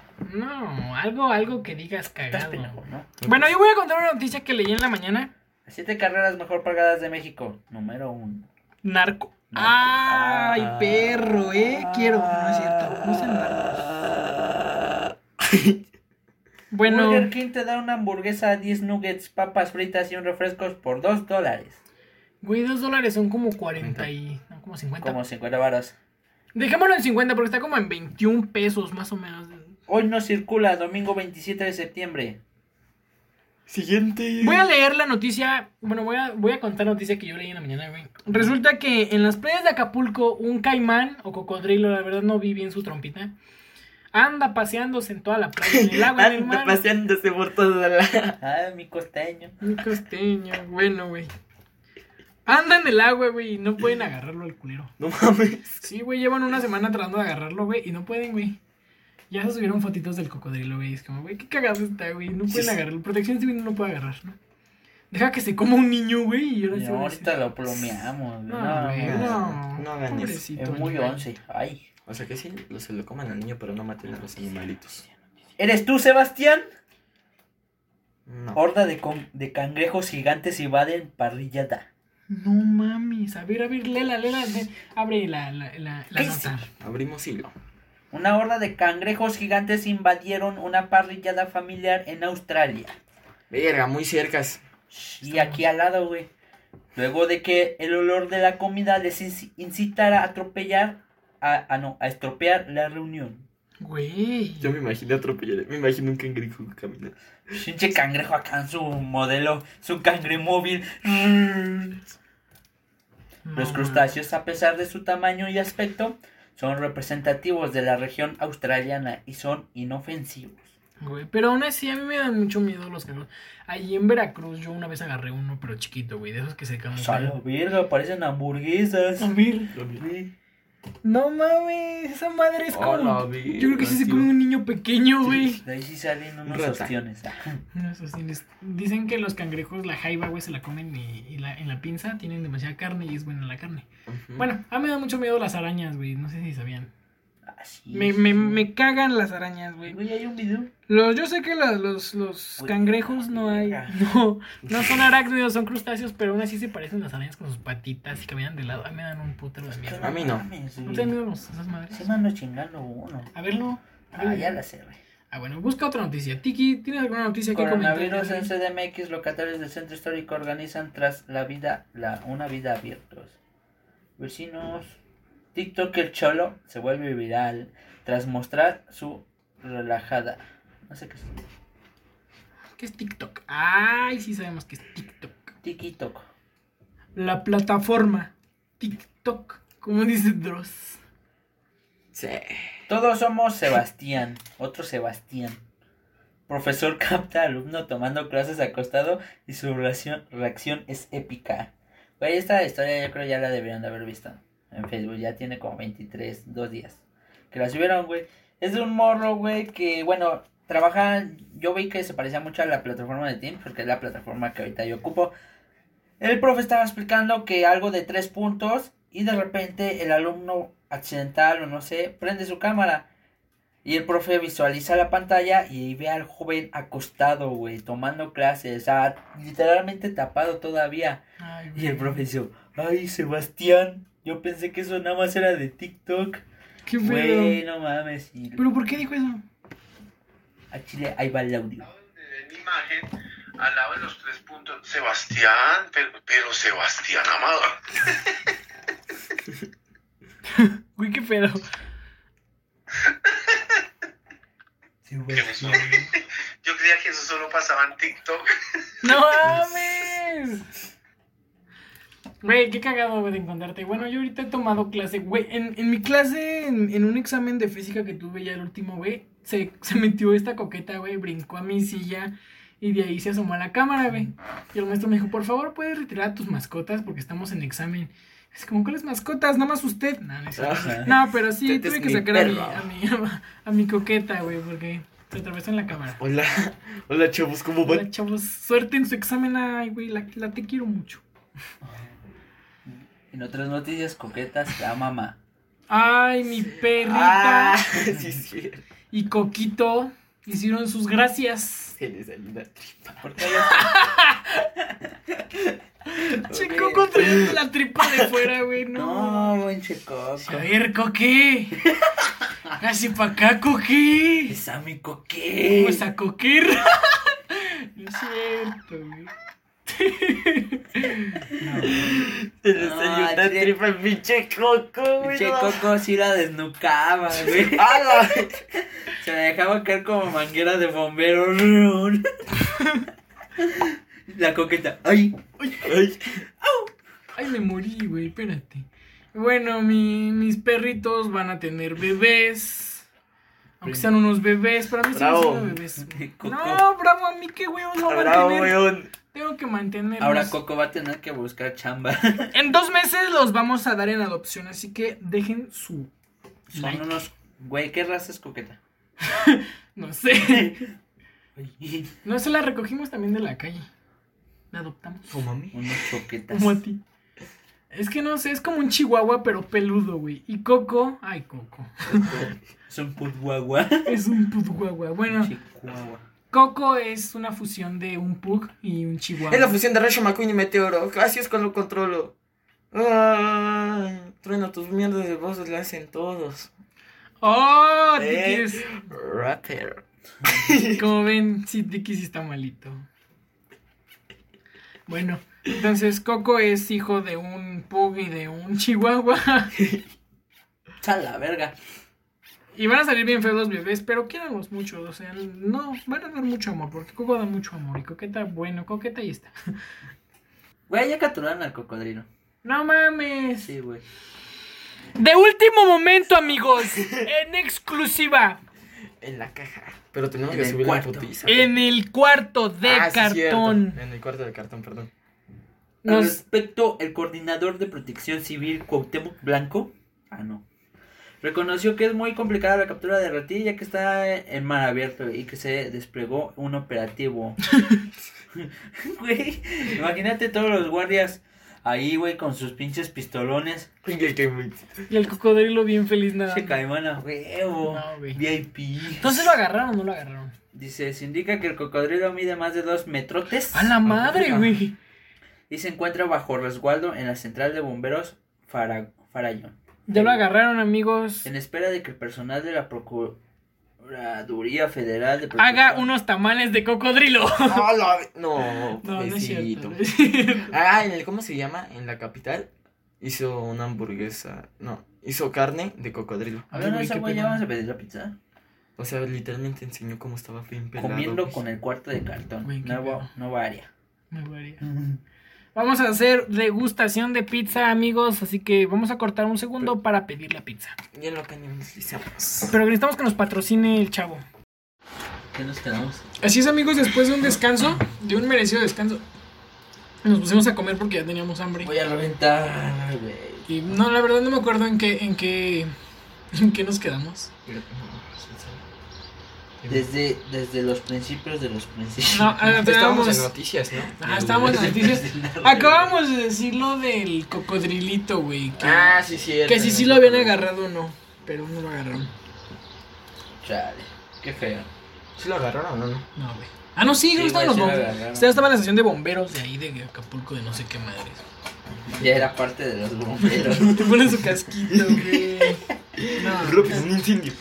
S3: algo, algo que digas
S1: Estás
S3: cagado.
S1: pendejo, ¿no?
S3: Bueno, yo voy a contar una noticia que leí en la mañana.
S1: Las siete carreras mejor pagadas de México. Número uno.
S3: Narco.
S1: Narco. Ah.
S3: Ay,
S4: Ah.
S3: perro, eh. Quiero. No es cierto. No sean narcos.
S4: Ah.
S3: Bueno,
S1: Burger King te da una hamburguesa, 10 nuggets, papas fritas y un refresco por 2 dólares.
S3: güey, dos dólares son como 40 y. No, como 50.
S1: Como 50 varas.
S3: Dejémoslo en 50 porque está como en 21 pesos más o menos.
S1: Hoy no circula, domingo 27 de septiembre.
S4: Siguiente.
S3: Voy a leer la noticia. Bueno, voy a, voy a contar noticia que yo leí en la mañana, güey. Resulta que en las playas de Acapulco, un caimán o cocodrilo, la verdad no vi bien su trompita, anda paseándose en toda la playa, en el agua, en el
S4: Anda
S3: mar.
S4: paseándose por toda la.
S1: Ah, mi costeño.
S3: Un costeño, bueno, güey. Anda en el agua, güey, y no pueden agarrarlo al culero.
S4: No mames.
S3: Sí, güey, llevan una semana tratando de agarrarlo, güey, y no pueden, güey. Ya se subieron fotitos del cocodrilo, güey. Es como, güey, qué cagado está, güey. No
S4: Sí,
S3: pueden
S4: sí.
S3: agarrarlo. Protección civil no lo puede agarrar, ¿no? Deja que se coma un niño, güey, y ahora sí
S1: No,
S3: van a
S1: ahorita
S3: decir,
S1: lo plomeamos.
S3: No,
S1: No,
S3: güey,
S1: no,
S3: no.
S4: no hagan eso.
S3: pobrecito,
S1: Es muy
S3: güey.
S1: once. Ay.
S4: O sea que sí, lo- se lo coman al niño, pero no maten a los animalitos.
S1: ¿Eres tú, Sebastián?
S4: No.
S1: Horda de, con- de cangrejos gigantes invaden parrillada.
S3: No mames. A ver, a ver, lela, lela. le- Abre la, la, la, la
S1: ¿Qué
S3: nota.
S4: Abrimos hilo.
S1: Una horda de cangrejos gigantes invadieron una parrillada familiar en Australia.
S4: Verga, muy cercas.
S1: Y aquí al lado, güey. Luego de que el olor de la comida les inci- incitara a atropellar, a, a no, a estropear la reunión.
S3: Güey.
S4: Yo me imaginé atropellar. Me imagino un cangrejo caminando.
S1: Pinche cangrejo acá en su modelo, su cangremóvil.
S3: No
S1: Los
S3: mames.
S1: crustáceos, a pesar de su tamaño y aspecto, son representativos de la región australiana y son inofensivos.
S3: Güey, pero aún así a mí me dan mucho miedo los cangrejos. Allí en Veracruz yo una vez agarré uno, pero chiquito, güey. De esos que se
S1: Pues A la
S3: camuflan.
S1: verga, parecen hamburguesas.
S3: A ver. No mames, esa madre es como.
S4: Hola, verga,
S3: yo creo que sí se
S4: tío.
S3: come un niño pequeño, güey.
S1: De ahí sí salen unos
S4: Rata.
S1: ostiones. Ah,
S3: No, eso sí, les- Dicen que los cangrejos, la jaiba, güey, se la comen y, y la, en la pinza tienen demasiada carne y es buena la carne.
S1: Mm.
S3: Bueno, a mí me dan mucho miedo las arañas, güey. No sé si sabían.
S1: Así.
S3: Me, me, me cagan las arañas, güey.
S1: Güey, hay un video.
S3: Los, yo sé que la- los, los
S1: Güey,
S3: cangrejos no hay.
S1: verga.
S3: No, no son arácnidos, son crustáceos, pero aún así se parecen las arañas con sus patitas y caminan de lado. A mí me dan un putero de miedo.
S4: A mí no.
S1: mames,
S3: ¿No
S1: güey.
S3: te dan miedo los- esas madres?
S1: Se me ando chingando uno.
S3: A verlo.
S1: Ah, ya la cerré.
S3: Ah, bueno, busca otra noticia. Tiki, ¿tienes alguna noticia que
S1: Coronavirus en
S3: comentar?
S1: CDMX, locatarios del centro histórico organizan tras la vida, la, una vida abiertos. Vecinos, TikToker Cholo se vuelve viral tras mostrar su relajada. No sé qué es.
S3: ¿Qué es TikTok? Ay, sí sabemos que es TikTok.
S1: TikTok.
S3: La plataforma TikTok, como dice Dross.
S4: Sí.
S1: Todos somos Sebastián, otro Sebastián. Profesor capta al alumno tomando clases acostado y su reacción, reacción es épica. Güey, esta historia yo creo ya la deberían de haber visto. En Facebook ya tiene como 23, dos días. Que la subieron, güey. Es de un morro, güey, que, bueno, trabaja... Yo vi que se parecía mucho a la plataforma de Teams, porque es la plataforma que ahorita yo ocupo. El profe estaba explicando que algo de tres puntos y de repente el alumno accidental o no sé, prende su cámara. Y el profe visualiza la pantalla y ahí ve al joven acostado, güey, tomando clases, o sea, literalmente tapado todavía.
S3: Ay, güey.
S1: Y el profe dice, ay, Sebastián, yo pensé que eso nada más era de TikTok.
S3: Qué pedo.
S1: Güey, no mames. Y
S3: ¿Pero por qué dijo eso?
S1: a Chile ahí va el audio.
S2: en imagen al lado de los tres puntos. Sebastián, pero, pero Sebastián Amador.
S3: Güey, qué pedo.
S1: Sebastián.
S2: Yo creía que eso solo pasaba en TikTok.
S3: ¡No mames! Güey, qué cagado, güey, de encontrarte. Bueno, yo ahorita he tomado clase, güey. En, en mi clase, en, en un examen de física que tuve ya el último, güey, se, se metió esta coqueta, güey, brincó a mi silla y de ahí se asomó a la cámara, güey. Y el maestro me dijo, por favor, puedes retirar a tus mascotas porque estamos en examen. Es como, ¿cuáles mascotas? Nada más usted. No, no, es cierto.
S1: Ajá.
S3: No, pero sí,
S4: Ah, Usted es
S3: tuve que
S4: mi
S3: sacar a mi,
S4: perro.
S3: a, mi, a mi coqueta, güey, porque se atravesó en la cámara.
S4: Hola, hola chavos, ¿cómo
S3: Hola,
S4: van?
S3: chavos, suerte en su examen. Ay, güey, la, la te quiero mucho.
S1: En otras noticias coquetas, la mamá.
S3: Ay, mi perrita
S4: Ah, sí, sí.
S3: y Coquito hicieron sus gracias.
S4: Se les salió una tripa.
S1: ¿Por qué hayas-
S3: Che, Coco trae la tripa de fuera, güey, no.
S1: No, buen checoco.
S3: A ver, Coque. Casi pa' acá, Coque.
S1: Es a mi coque.
S3: Vamos a coquer. No es cierto, güey.
S4: Se les
S1: No,
S4: salió
S1: al
S4: una
S1: chile-
S4: tripa el pinche coco, güey.
S1: Che
S4: no.
S1: Coco sí la desnucaba, güey.
S4: ¡Hala!
S1: Se la dejaba caer como manguera de bombero. Run. La coqueta. Ay,
S4: Ay,
S3: Ay, me morí, güey, espérate. Bueno, mi- mis perritos van a tener bebés. Aunque sean unos bebés, para mí siguen
S4: Bravo.
S3: siendo bebés.
S1: Coco.
S3: No, bravo, a mí qué huevos no van a
S4: bravo,
S3: tener.
S4: weón.
S3: Tengo que mantenerlos.
S1: Ahora Coco va a tener que buscar chamba.
S3: En dos meses los vamos a dar en adopción, así que dejen su.
S1: Son
S3: Like.
S1: unos. Güey, ¿qué raza es coqueta?
S3: No sé.
S1: Ay,
S3: No se la recogimos también de la calle. La adoptamos.
S4: Como a mí.
S1: unos coquetas.
S3: Como a ti. Es que no sé, es como un chihuahua, pero peludo, güey. Y Coco, ay, Coco.
S1: Son putguagua.
S3: Es un pudguagua. Bueno,
S1: Chihuahua.
S3: Coco es una fusión de un pug y un chihuahua.
S4: Es la fusión de Rayo McQueen y Meteoro. Así es cuando lo controlo. Ay, trueno, tus mierdas de voces le hacen todos.
S3: ¡Oh!
S4: Eh.
S3: Tiki
S4: Rapper.
S3: es- Como ven, sí, Tiki sí está malito. Bueno, entonces Coco es hijo de un pug y de un chihuahua.
S1: Chala, verga.
S3: Y van a salir bien feos los bebés, pero quírenlos mucho, o sea, no, van a dar mucho amor, porque Coco da mucho amor y Coqueta, bueno, Coqueta y está.
S1: Güey, ya capturaron al cocodrilo.
S3: No mames.
S1: Sí, güey.
S3: De último momento, amigos, en exclusiva,
S4: En la caja. Pero tenemos
S1: En
S4: que
S1: el
S4: subir la
S1: cuarto.
S4: putiza.
S3: en el cuarto de
S4: Ah, sí,
S3: cartón.
S4: cierto. En el cuarto de cartón, perdón.
S1: Al
S3: Nos-
S1: respecto, el coordinador de protección civil Cuauhtémoc Blanco, ah no, reconoció que es muy complicada la captura de ratilla ya que está en mar abierto y que se desplegó un operativo. Güey, imagínate todos los guardias ahí, güey, con sus pinches pistolones.
S3: Y el cocodrilo bien feliz nada.
S1: Se caimán a huevo.
S3: No, güey.
S1: VIP.
S3: Entonces lo agarraron o no lo agarraron.
S1: Dice, se indica que el cocodrilo mide más de dos metrotes.
S3: A la madre,
S1: Ajá.
S3: güey.
S1: Y se encuentra bajo resguardo en la central de bomberos Fara- Farallón. Eh,
S3: Ya lo agarraron, amigos.
S1: En espera de que el personal de la procu- Procuraduría Federal de Protección.
S3: Haga unos tamales de cocodrilo.
S4: No, Ah, la- no,
S3: No, no es cierto.
S4: pobrecito. Ah, en el, ¿cómo se llama? En la capital hizo una hamburguesa. No, hizo carne de cocodrilo.
S1: A ver, ¿no
S3: Ay, güey,
S1: esa
S3: qué
S1: güey ya
S3: pena.
S1: vamos a pedir la pizza?
S4: O sea, literalmente enseñó cómo estaba bien pelado.
S1: Comiendo
S4: güey.
S1: con el cuarto de cartón.
S3: Güey, qué
S1: nuevo,
S3: pedo.
S1: nueva área.
S3: Me varía. Vamos a hacer degustación de pizza, amigos. Así que vamos a cortar un segundo para pedir la pizza.
S4: Y en lo que analizamos.
S3: Pero necesitamos que nos patrocine el chavo.
S1: ¿Qué nos quedamos?
S3: Así es, amigos, después de un descanso, de un merecido descanso, nos pusimos a comer porque ya teníamos hambre.
S1: Voy a reventar, güey.
S3: Y no, la verdad no me acuerdo en qué, en qué, en qué nos quedamos.
S1: Desde, desde los principios de los principios.
S3: No, ah,
S4: Estábamos en
S3: estábamos,
S4: noticias, ¿no?
S3: ajá, estábamos en noticias. Acabamos de decir lo del cocodrilito, güey. Que,
S4: Ah, sí, cierto.
S3: que si sí lo habían agarrado o no, pero no lo agarraron.
S1: Chale, qué feo.
S4: ¿Sí lo agarraron o no?
S3: No, güey. Ah, no, sí,
S1: Sí,
S3: creo que estaban los
S1: güey, sí lo
S3: bomberos.
S1: agarraron.
S3: Ustedes estaban en la estación de bomberos de ahí, de Acapulco, de no sé qué madres.
S1: Ya era parte de los bomberos.
S3: Te ponen su casquito, güey. No.
S4: Rápido, un incendio.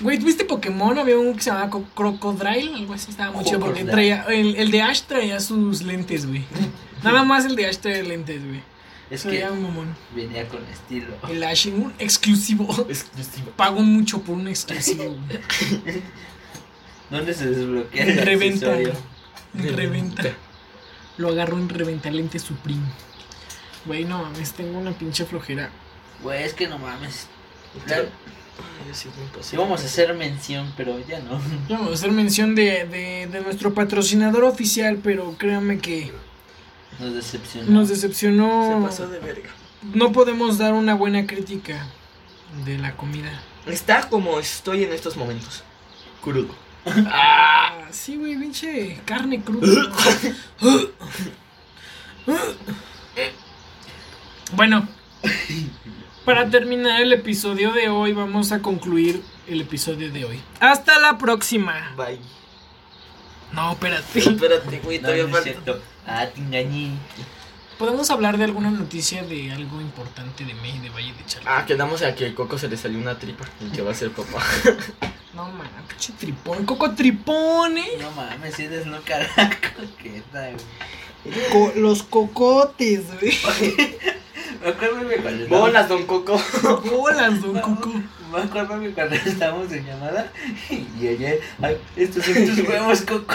S3: Güey, ¿tuviste Pokémon? Había uno que se llamaba Co- Crocodile, algo así. Estaba muy chido porque
S1: Crocodile.
S3: traía. El, el de Ash traía sus lentes, güey. Nada más el de Ash traía lentes, güey.
S1: Es
S3: Eso
S1: que
S3: era un mamón.
S1: venía con estilo.
S3: El Ash, un exclusivo.
S4: Exclusivo.
S3: Pago mucho por un exclusivo, güey.
S1: ¿Dónde se desbloquea el
S3: Reventa.
S1: accesorio?
S3: En reventa. Lo agarró en reventa lente Supreme. Güey, no mames, tengo una pinche flojera.
S1: Güey, es Pues, que no mames.
S4: Ay,
S1: Claro,
S4: yo sí, me pasé.
S1: sí vamos a hacer mención, pero ya no.
S3: Ya Vamos a hacer mención de, de- de nuestro patrocinador oficial, pero créanme que
S1: Nos decepcionó.
S3: nos decepcionó.
S4: Se pasó de verga.
S3: No podemos dar una buena crítica de la comida.
S4: Está como estoy en estos momentos. Crudo.
S3: Ah, sí, güey, pinche carne cruda. bueno, para terminar el episodio de hoy, vamos a concluir el episodio de hoy. Hasta la próxima.
S4: Bye.
S3: No, espérate.
S4: Espérate, güey,
S1: No,
S4: todavía
S1: no es
S4: falta.
S1: cierto. Ah, te engañé.
S3: ¿Podemos hablar de alguna noticia de algo importante de May de Valle de Chalco?
S4: Ah, quedamos a que el coco se le salió una tripa. Y que va a ser papá.
S3: No, man, pinche tripón, coco tripón, eh.
S1: No mames, si eres no carajo. ¿Qué tal, güey?
S3: Co- los cocotes, güey.
S1: Me acuerdo que cuando estábamos-
S4: Bolas, don coco.
S3: Bolas, don
S1: No,
S3: Coco.
S1: Me acuerdo que cuando estábamos en llamada y ayer, ay, estos son tus huevos, Coco.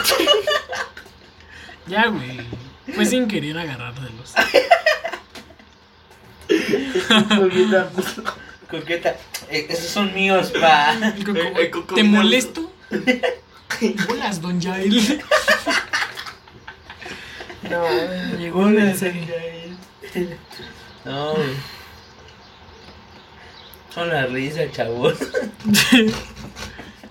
S3: Ya, güey. Fue sin querer agarrárselos.
S1: Coqueta, eh, esos son míos, pa.
S3: El coco,
S4: El- el coco
S3: ¿Te
S4: vino-
S3: molesto? Bolas, don Yael. No, llegó una
S1: No, güey. Son la risa, chavos.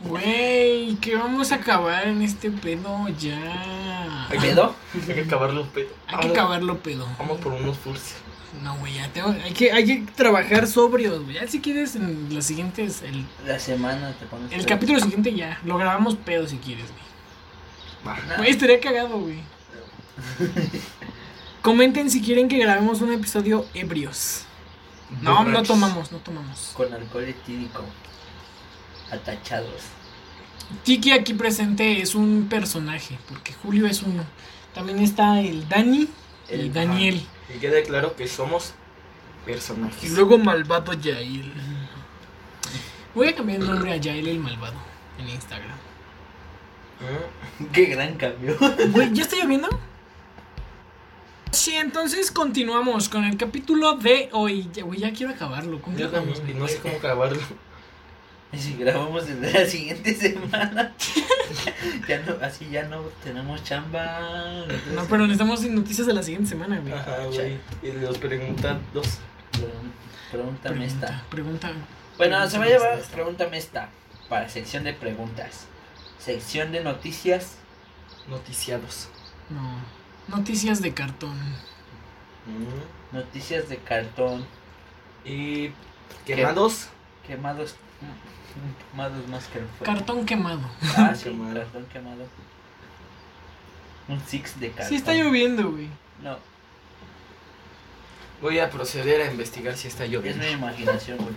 S3: Güey, que vamos a acabar en este pedo ya.
S1: ¿Me quedó?
S4: Hay que acabar los pedos.
S3: Hay que acabarlo, pedo.
S4: Vamos por unos furs.
S3: No, güey, ya tengo, hay, que, hay que trabajar sobrios, güey. Ya si quieres, en los siguientes, el,
S1: La semana te pones.
S3: el
S1: pedo.
S3: capítulo siguiente ya. Lo grabamos pedo si quieres, güey.
S1: Nah,
S3: Güey, estaría cagado, güey. Comenten si quieren que grabemos un episodio ebrios. No, no tomamos, no tomamos.
S1: Con alcohol etílico. Atachados.
S3: Tiki aquí presente es un personaje, porque Julio es uno. También está el Dani y
S4: El-
S3: Daniel.
S4: Y quede claro que somos personajes.
S3: luego Malvado Yael. Voy a cambiar el nombre a Yael el Malvado en Instagram.
S4: Mm.
S1: Qué gran cambio.
S3: Güey, ¿ya está lloviendo? Sí, entonces continuamos con el capítulo de hoy. Ya, güey, ya quiero acabarlo. ¿Cómo
S4: Yo
S3: acabamos,
S4: también,
S3: güey?
S4: no sé cómo acabarlo.
S1: Y si grabamos el de la siguiente semana. ya no, así ya no tenemos chamba.
S3: No, pero necesitamos noticias de la siguiente semana, güey.
S4: Ajá, güey. Y los preguntados.
S1: Pregun- Pregúntame esta.
S3: Pregunta.
S1: Bueno, se va a
S3: Pregúntame
S1: llevar
S3: esta.
S1: Pregúntame esta para sección de preguntas. Sección de noticias.
S4: Noticiados.
S3: No. Noticias de cartón.
S4: Mm.
S1: Noticias de cartón.
S4: Y quemados.
S1: Quemados. mm, Quemados más que el fuego.
S3: Cartón quemado.
S1: Ah, sí,
S4: Quemado.
S1: cartón quemado. Un six de cartón.
S3: Sí está lloviendo, güey.
S1: No,
S4: Voy a proceder a investigar si está
S1: es
S4: lloviendo.
S1: mi imaginación, güey.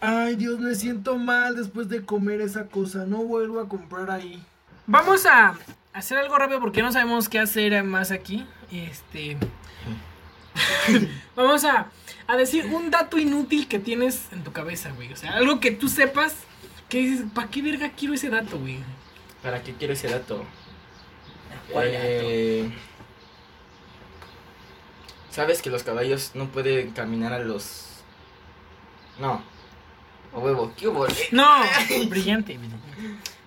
S3: Ay, Dios, me siento mal después de comer esa cosa. No vuelvo a comprar ahí. Vamos a hacer algo rápido porque no sabemos qué hacer más aquí. Este. Vamos a, a decir un dato inútil que tienes en tu cabeza, güey. O sea, algo que tú sepas que dices, ¿para qué verga quiero ese dato, güey?
S4: ¿Para qué quiero ese dato?
S1: ¿Cuál
S4: Eh, ¿Sabes que los caballos no pueden caminar a los... No. A huevo. ¿Qué hubo? Eh,
S3: No, brillante. güey.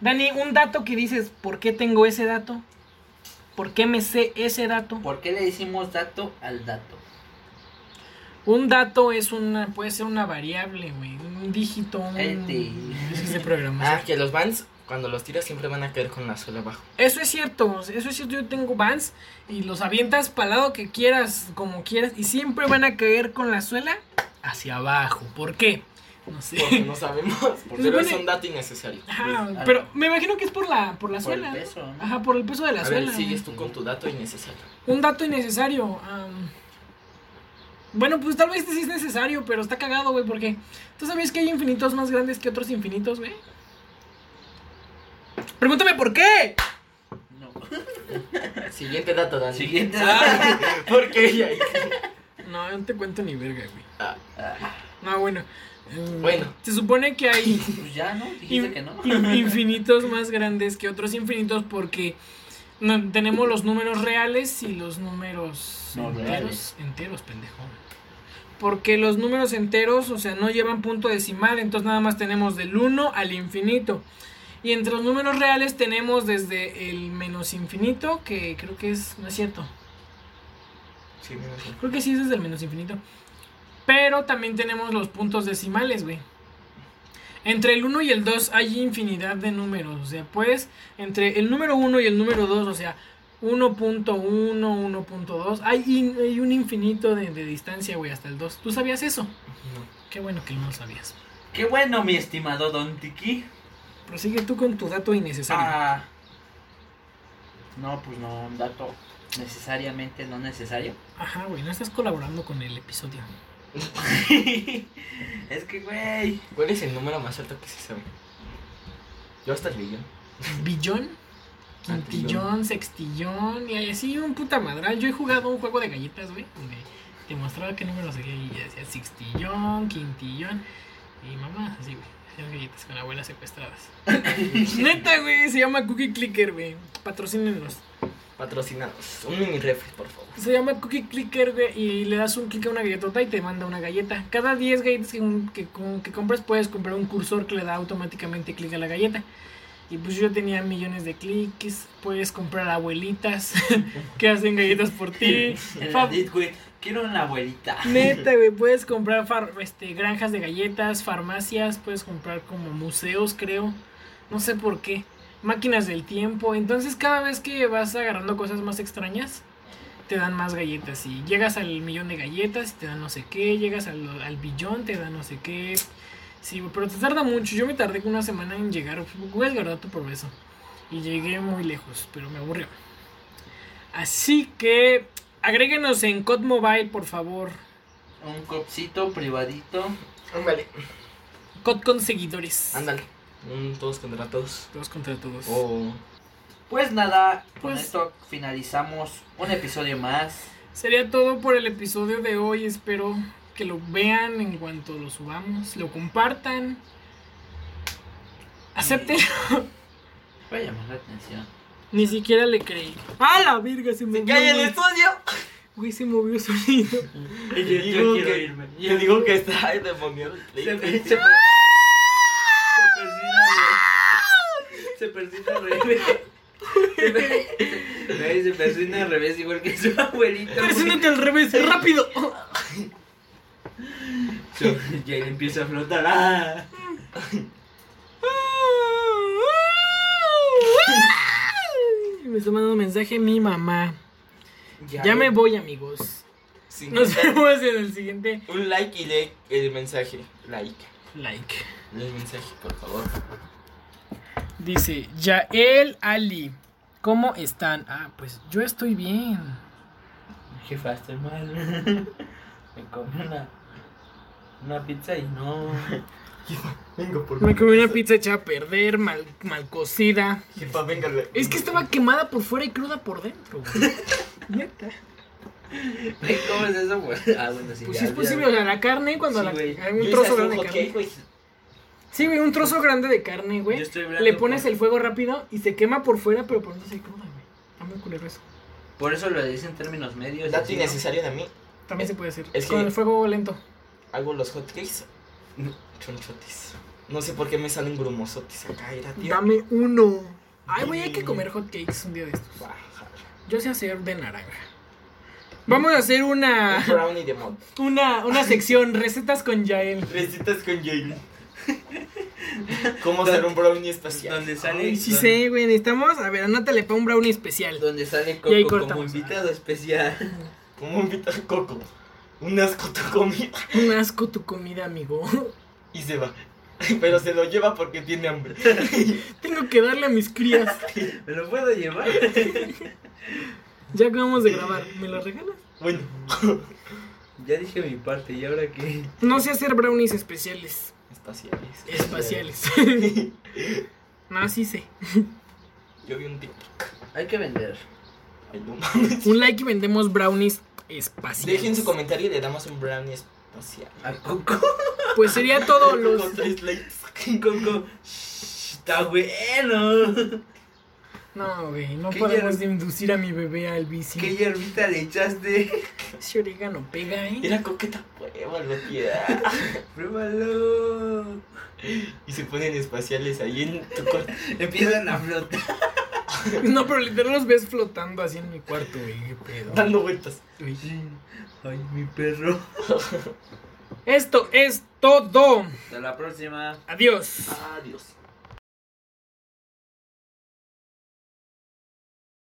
S3: Dani, un dato que dices, ¿por qué tengo ese dato? ¿Por qué me sé ese dato?
S1: ¿Por qué le decimos dato al dato?
S3: Un dato es una, puede ser una variable, güey. Un dígito, un...
S1: Este.
S3: Eso es de programación.
S4: Ah, que los vans cuando los tiras siempre van a caer con la suela abajo.
S3: Eso es cierto, eso es cierto. Yo tengo vans y los avientas para lado que quieras, como quieras, y siempre van a caer con la suela hacia abajo. ¿Por qué? No sé.
S4: Porque no sabemos. Pero
S3: supone-
S4: es un dato innecesario.
S3: Ajá,
S1: Pues,
S3: pero
S1: algo.
S3: me imagino que es por la, por la
S1: Por el
S3: suela. ¿no?
S1: peso, ¿no?
S3: Ajá, por el peso de la
S4: A
S3: suela.
S4: ver, sigues tú con tu dato innecesario.
S3: Un dato innecesario. am. bueno, pues tal vez este sí es necesario, pero está cagado, güey, porque ¿tú sabías que hay infinitos más grandes que otros infinitos, güey? Pregúntame por qué.
S1: No.
S4: Siguiente dato, Dani.
S1: Siguiente.
S4: Ah. Porque ella...
S3: No, no te cuento ni verga, güey.
S4: Ah,
S3: No, bueno. em,
S4: Bueno.
S3: Se supone que hay
S1: Pues ya, ¿no? Dijiste
S3: in-
S1: que no.
S3: in- infinitos más grandes que otros infinitos porque no, tenemos los números reales y los números
S1: No,
S3: enteros.
S1: reales.
S3: Enteros, pendejo. Porque los números enteros, o sea, no llevan punto decimal, entonces nada más tenemos del 1 al infinito. Y entre los números reales tenemos desde el menos infinito, que creo que es, no es cierto,
S4: sí, menos mal.
S3: creo que sí es desde el menos infinito. Pero también tenemos los puntos decimales, güey. Entre el 1 y el 2 hay infinidad de números. O sea, puedes, entre el número 1 y el número 2, o sea, 1.1, 1.2, hay, in- hay un infinito de, de distancia, güey, hasta el 2. ¿Tú sabías eso?
S4: No.
S3: Qué bueno que no lo sabías.
S1: Qué bueno, mi estimado Don Tiki.
S3: Prosigue tú con tu dato innecesario.
S1: Ah. No, pues no, un dato necesariamente no necesario.
S3: Ajá, güey, no estás colaborando con el episodio.
S1: es que, güey.
S4: ¿Cuál es el número más alto que se sabe? Yo hasta el billón.
S3: billón,
S4: Ah,
S3: quintillón, sextillón y así un puta madral. Yo he jugado un juego de galletas, güey, donde te mostraba qué número seguía y ya decía sextillón, quintillón y mamá, así, güey. hacías galletas con abuelas secuestradas. Neta, güey, se llama Cookie Clicker, güey. Patrocínenos.
S4: Patrocinados. Un mini refri, por favor.
S3: Se llama Cookie Clicker, güey, y le das un clic a una galletota y te manda una galleta. Cada 10 galletas que, que, que compras puedes comprar un cursor que le da automáticamente clic a la galleta. Y pues yo tenía millones de clics, puedes comprar abuelitas que hacen galletas por ti.
S1: en la
S3: Fa-
S1: dit, güey, Quiero una abuelita.
S3: Neta, güey, puedes comprar far- este, granjas de galletas, farmacias, puedes comprar como museos, creo. No sé por qué. Máquinas del tiempo. Entonces, cada vez que vas agarrando cosas más extrañas, te dan más galletas. Y llegas al millón de galletas, te dan no sé qué. Llegas al, al billón, te dan no sé qué. Sí, güey, pero te tarda mucho. Yo me tardé como una semana en llegar. Voy a guardar tu progreso. Y llegué muy lejos, pero me aburrió. Así que agréguenos en COD Mobile, por favor.
S1: Un copcito privadito.
S4: Vale.
S3: COD con seguidores.
S4: Ándale. Un todos contra todos.
S3: Todos contra todos.
S4: O
S1: Pues nada, con
S3: Pues-
S1: esto finalizamos un episodio más.
S3: Sería todo por el episodio de hoy. Espero que lo vean en cuanto lo subamos. Lo compartan. Acepten.
S1: Voy a llamar la atención.
S3: Ni siquiera le creí. ¡A la virga! Se movió. güey.
S4: estudio!
S3: Güey, se movió sonido.
S1: Yo,
S4: Yo digo que, yo digo que está demoniado.
S1: Se, per- se per- se persina al revés. Se persina al revés. Se, per- se persina al revés, igual que su abuelita. güey.
S3: Persínate al revés, rápido.
S1: Su- Y ahí empieza a flotar. ¡Ah!
S3: Me está mandando un mensaje mi mamá. Ya me voy, amigos. Nos vemos en el siguiente
S4: Un like y lee el mensaje. Like.
S3: like.
S4: Lee el mensaje, por favor.
S3: Dice Yael Ali. ¿Cómo están? Ah, pues yo estoy bien.
S1: Jefa, estoy mal. Me comí una, una pizza y no.
S4: Jefa, vengo por
S3: Me comí una pizza hecha a perder, mal, mal cocida.
S4: Jefa, venga.
S3: Es que estaba quemada por fuera y cruda por dentro, güey. Neta.
S1: ¿Cómo es eso, güey? Ah, bueno, sí.
S3: Pues
S1: ya,
S3: sí es
S1: olvídalo.
S3: posible, o sea, la carne cuando
S1: Sí,
S3: la...
S1: güey.
S3: hay
S4: Yo
S3: un
S4: hice
S3: trozo
S4: así
S3: grande de
S4: hot
S3: carne.
S4: cake, güey.
S3: Sí, güey, un trozo grande de carne,
S1: Yo
S3: güey.
S1: estoy hablando
S3: Le pones
S1: por-
S3: el fuego rápido y se quema por fuera, pero por dentro se cruda, güey. Está muy culero eso.
S1: Por eso lo dicen términos medios.
S4: Dato
S1: así, ¿no?
S4: innecesario de mí.
S3: También se puede hacer.
S4: es que-
S3: Con el fuego lento.
S4: Hago los hotcakes. Chonchotes. No sé por qué me salen grumosotes acá, era tío.
S3: Dame uno. Ay, güey, hay que comer hotcakes un día de estos.
S4: Baja.
S3: Yo sé hacer de naranja. Vamos a hacer una...
S4: Un brownie de mod.
S3: Una, una sección, recetas con Yael.
S4: Recetas con Jane. ¿Cómo hacer un brownie espacial?
S1: Donde sale.
S3: Ay, sí
S1: don-
S3: sé, güey, necesitamos... A ver, anótale para un brownie especial.
S1: Donde sale
S3: Y ahí
S1: Coco como
S3: cortamos.
S1: invitado especial.
S4: ¿Cómo invitar a Coco? Un asco tu comida.
S3: Un asco tu comida, amigo.
S4: Y se va. Pero se lo lleva porque tiene hambre.
S3: Tengo que darle a mis crías.
S1: ¿Me lo puedo llevar?
S3: Ya acabamos de grabar, ¿me lo regalas?
S4: Bueno.
S1: ya dije mi parte, ¿y ahora qué?
S3: No sé hacer brownies especiales.
S4: Espaciales.
S3: Espaciales. no, sí sé.
S4: Yo vi un TikTok.
S1: Hay que vender.
S4: Ay, no mames.
S3: Un like y vendemos brownies espaciales.
S4: Dejen su comentario y le damos un brownie espacial.
S1: A Coco.
S3: Pues sería todo los.
S4: Con tres likes.
S1: Coco. shh, Está bueno.
S3: No, güey, no
S1: ¿Qué
S3: podemos
S1: ya-
S3: inducir a mi bebé al
S1: ¿Qué
S3: bici.
S1: hierbita le echaste?
S3: Ese orégano pega, ¿eh?
S4: Era coqueta prueba, lo tía.
S1: Pruébalo.
S4: Y se ponen espaciales ahí en tu cuarto.
S1: Empiezan a flotar.
S3: No, pero literal los ves flotando así en mi cuarto, güey. Qué pedo.
S4: Dando vueltas.
S3: Uy.
S1: Ay, mi perro.
S3: Esto es todo.
S1: Hasta la próxima.
S3: Adiós.
S4: Adiós.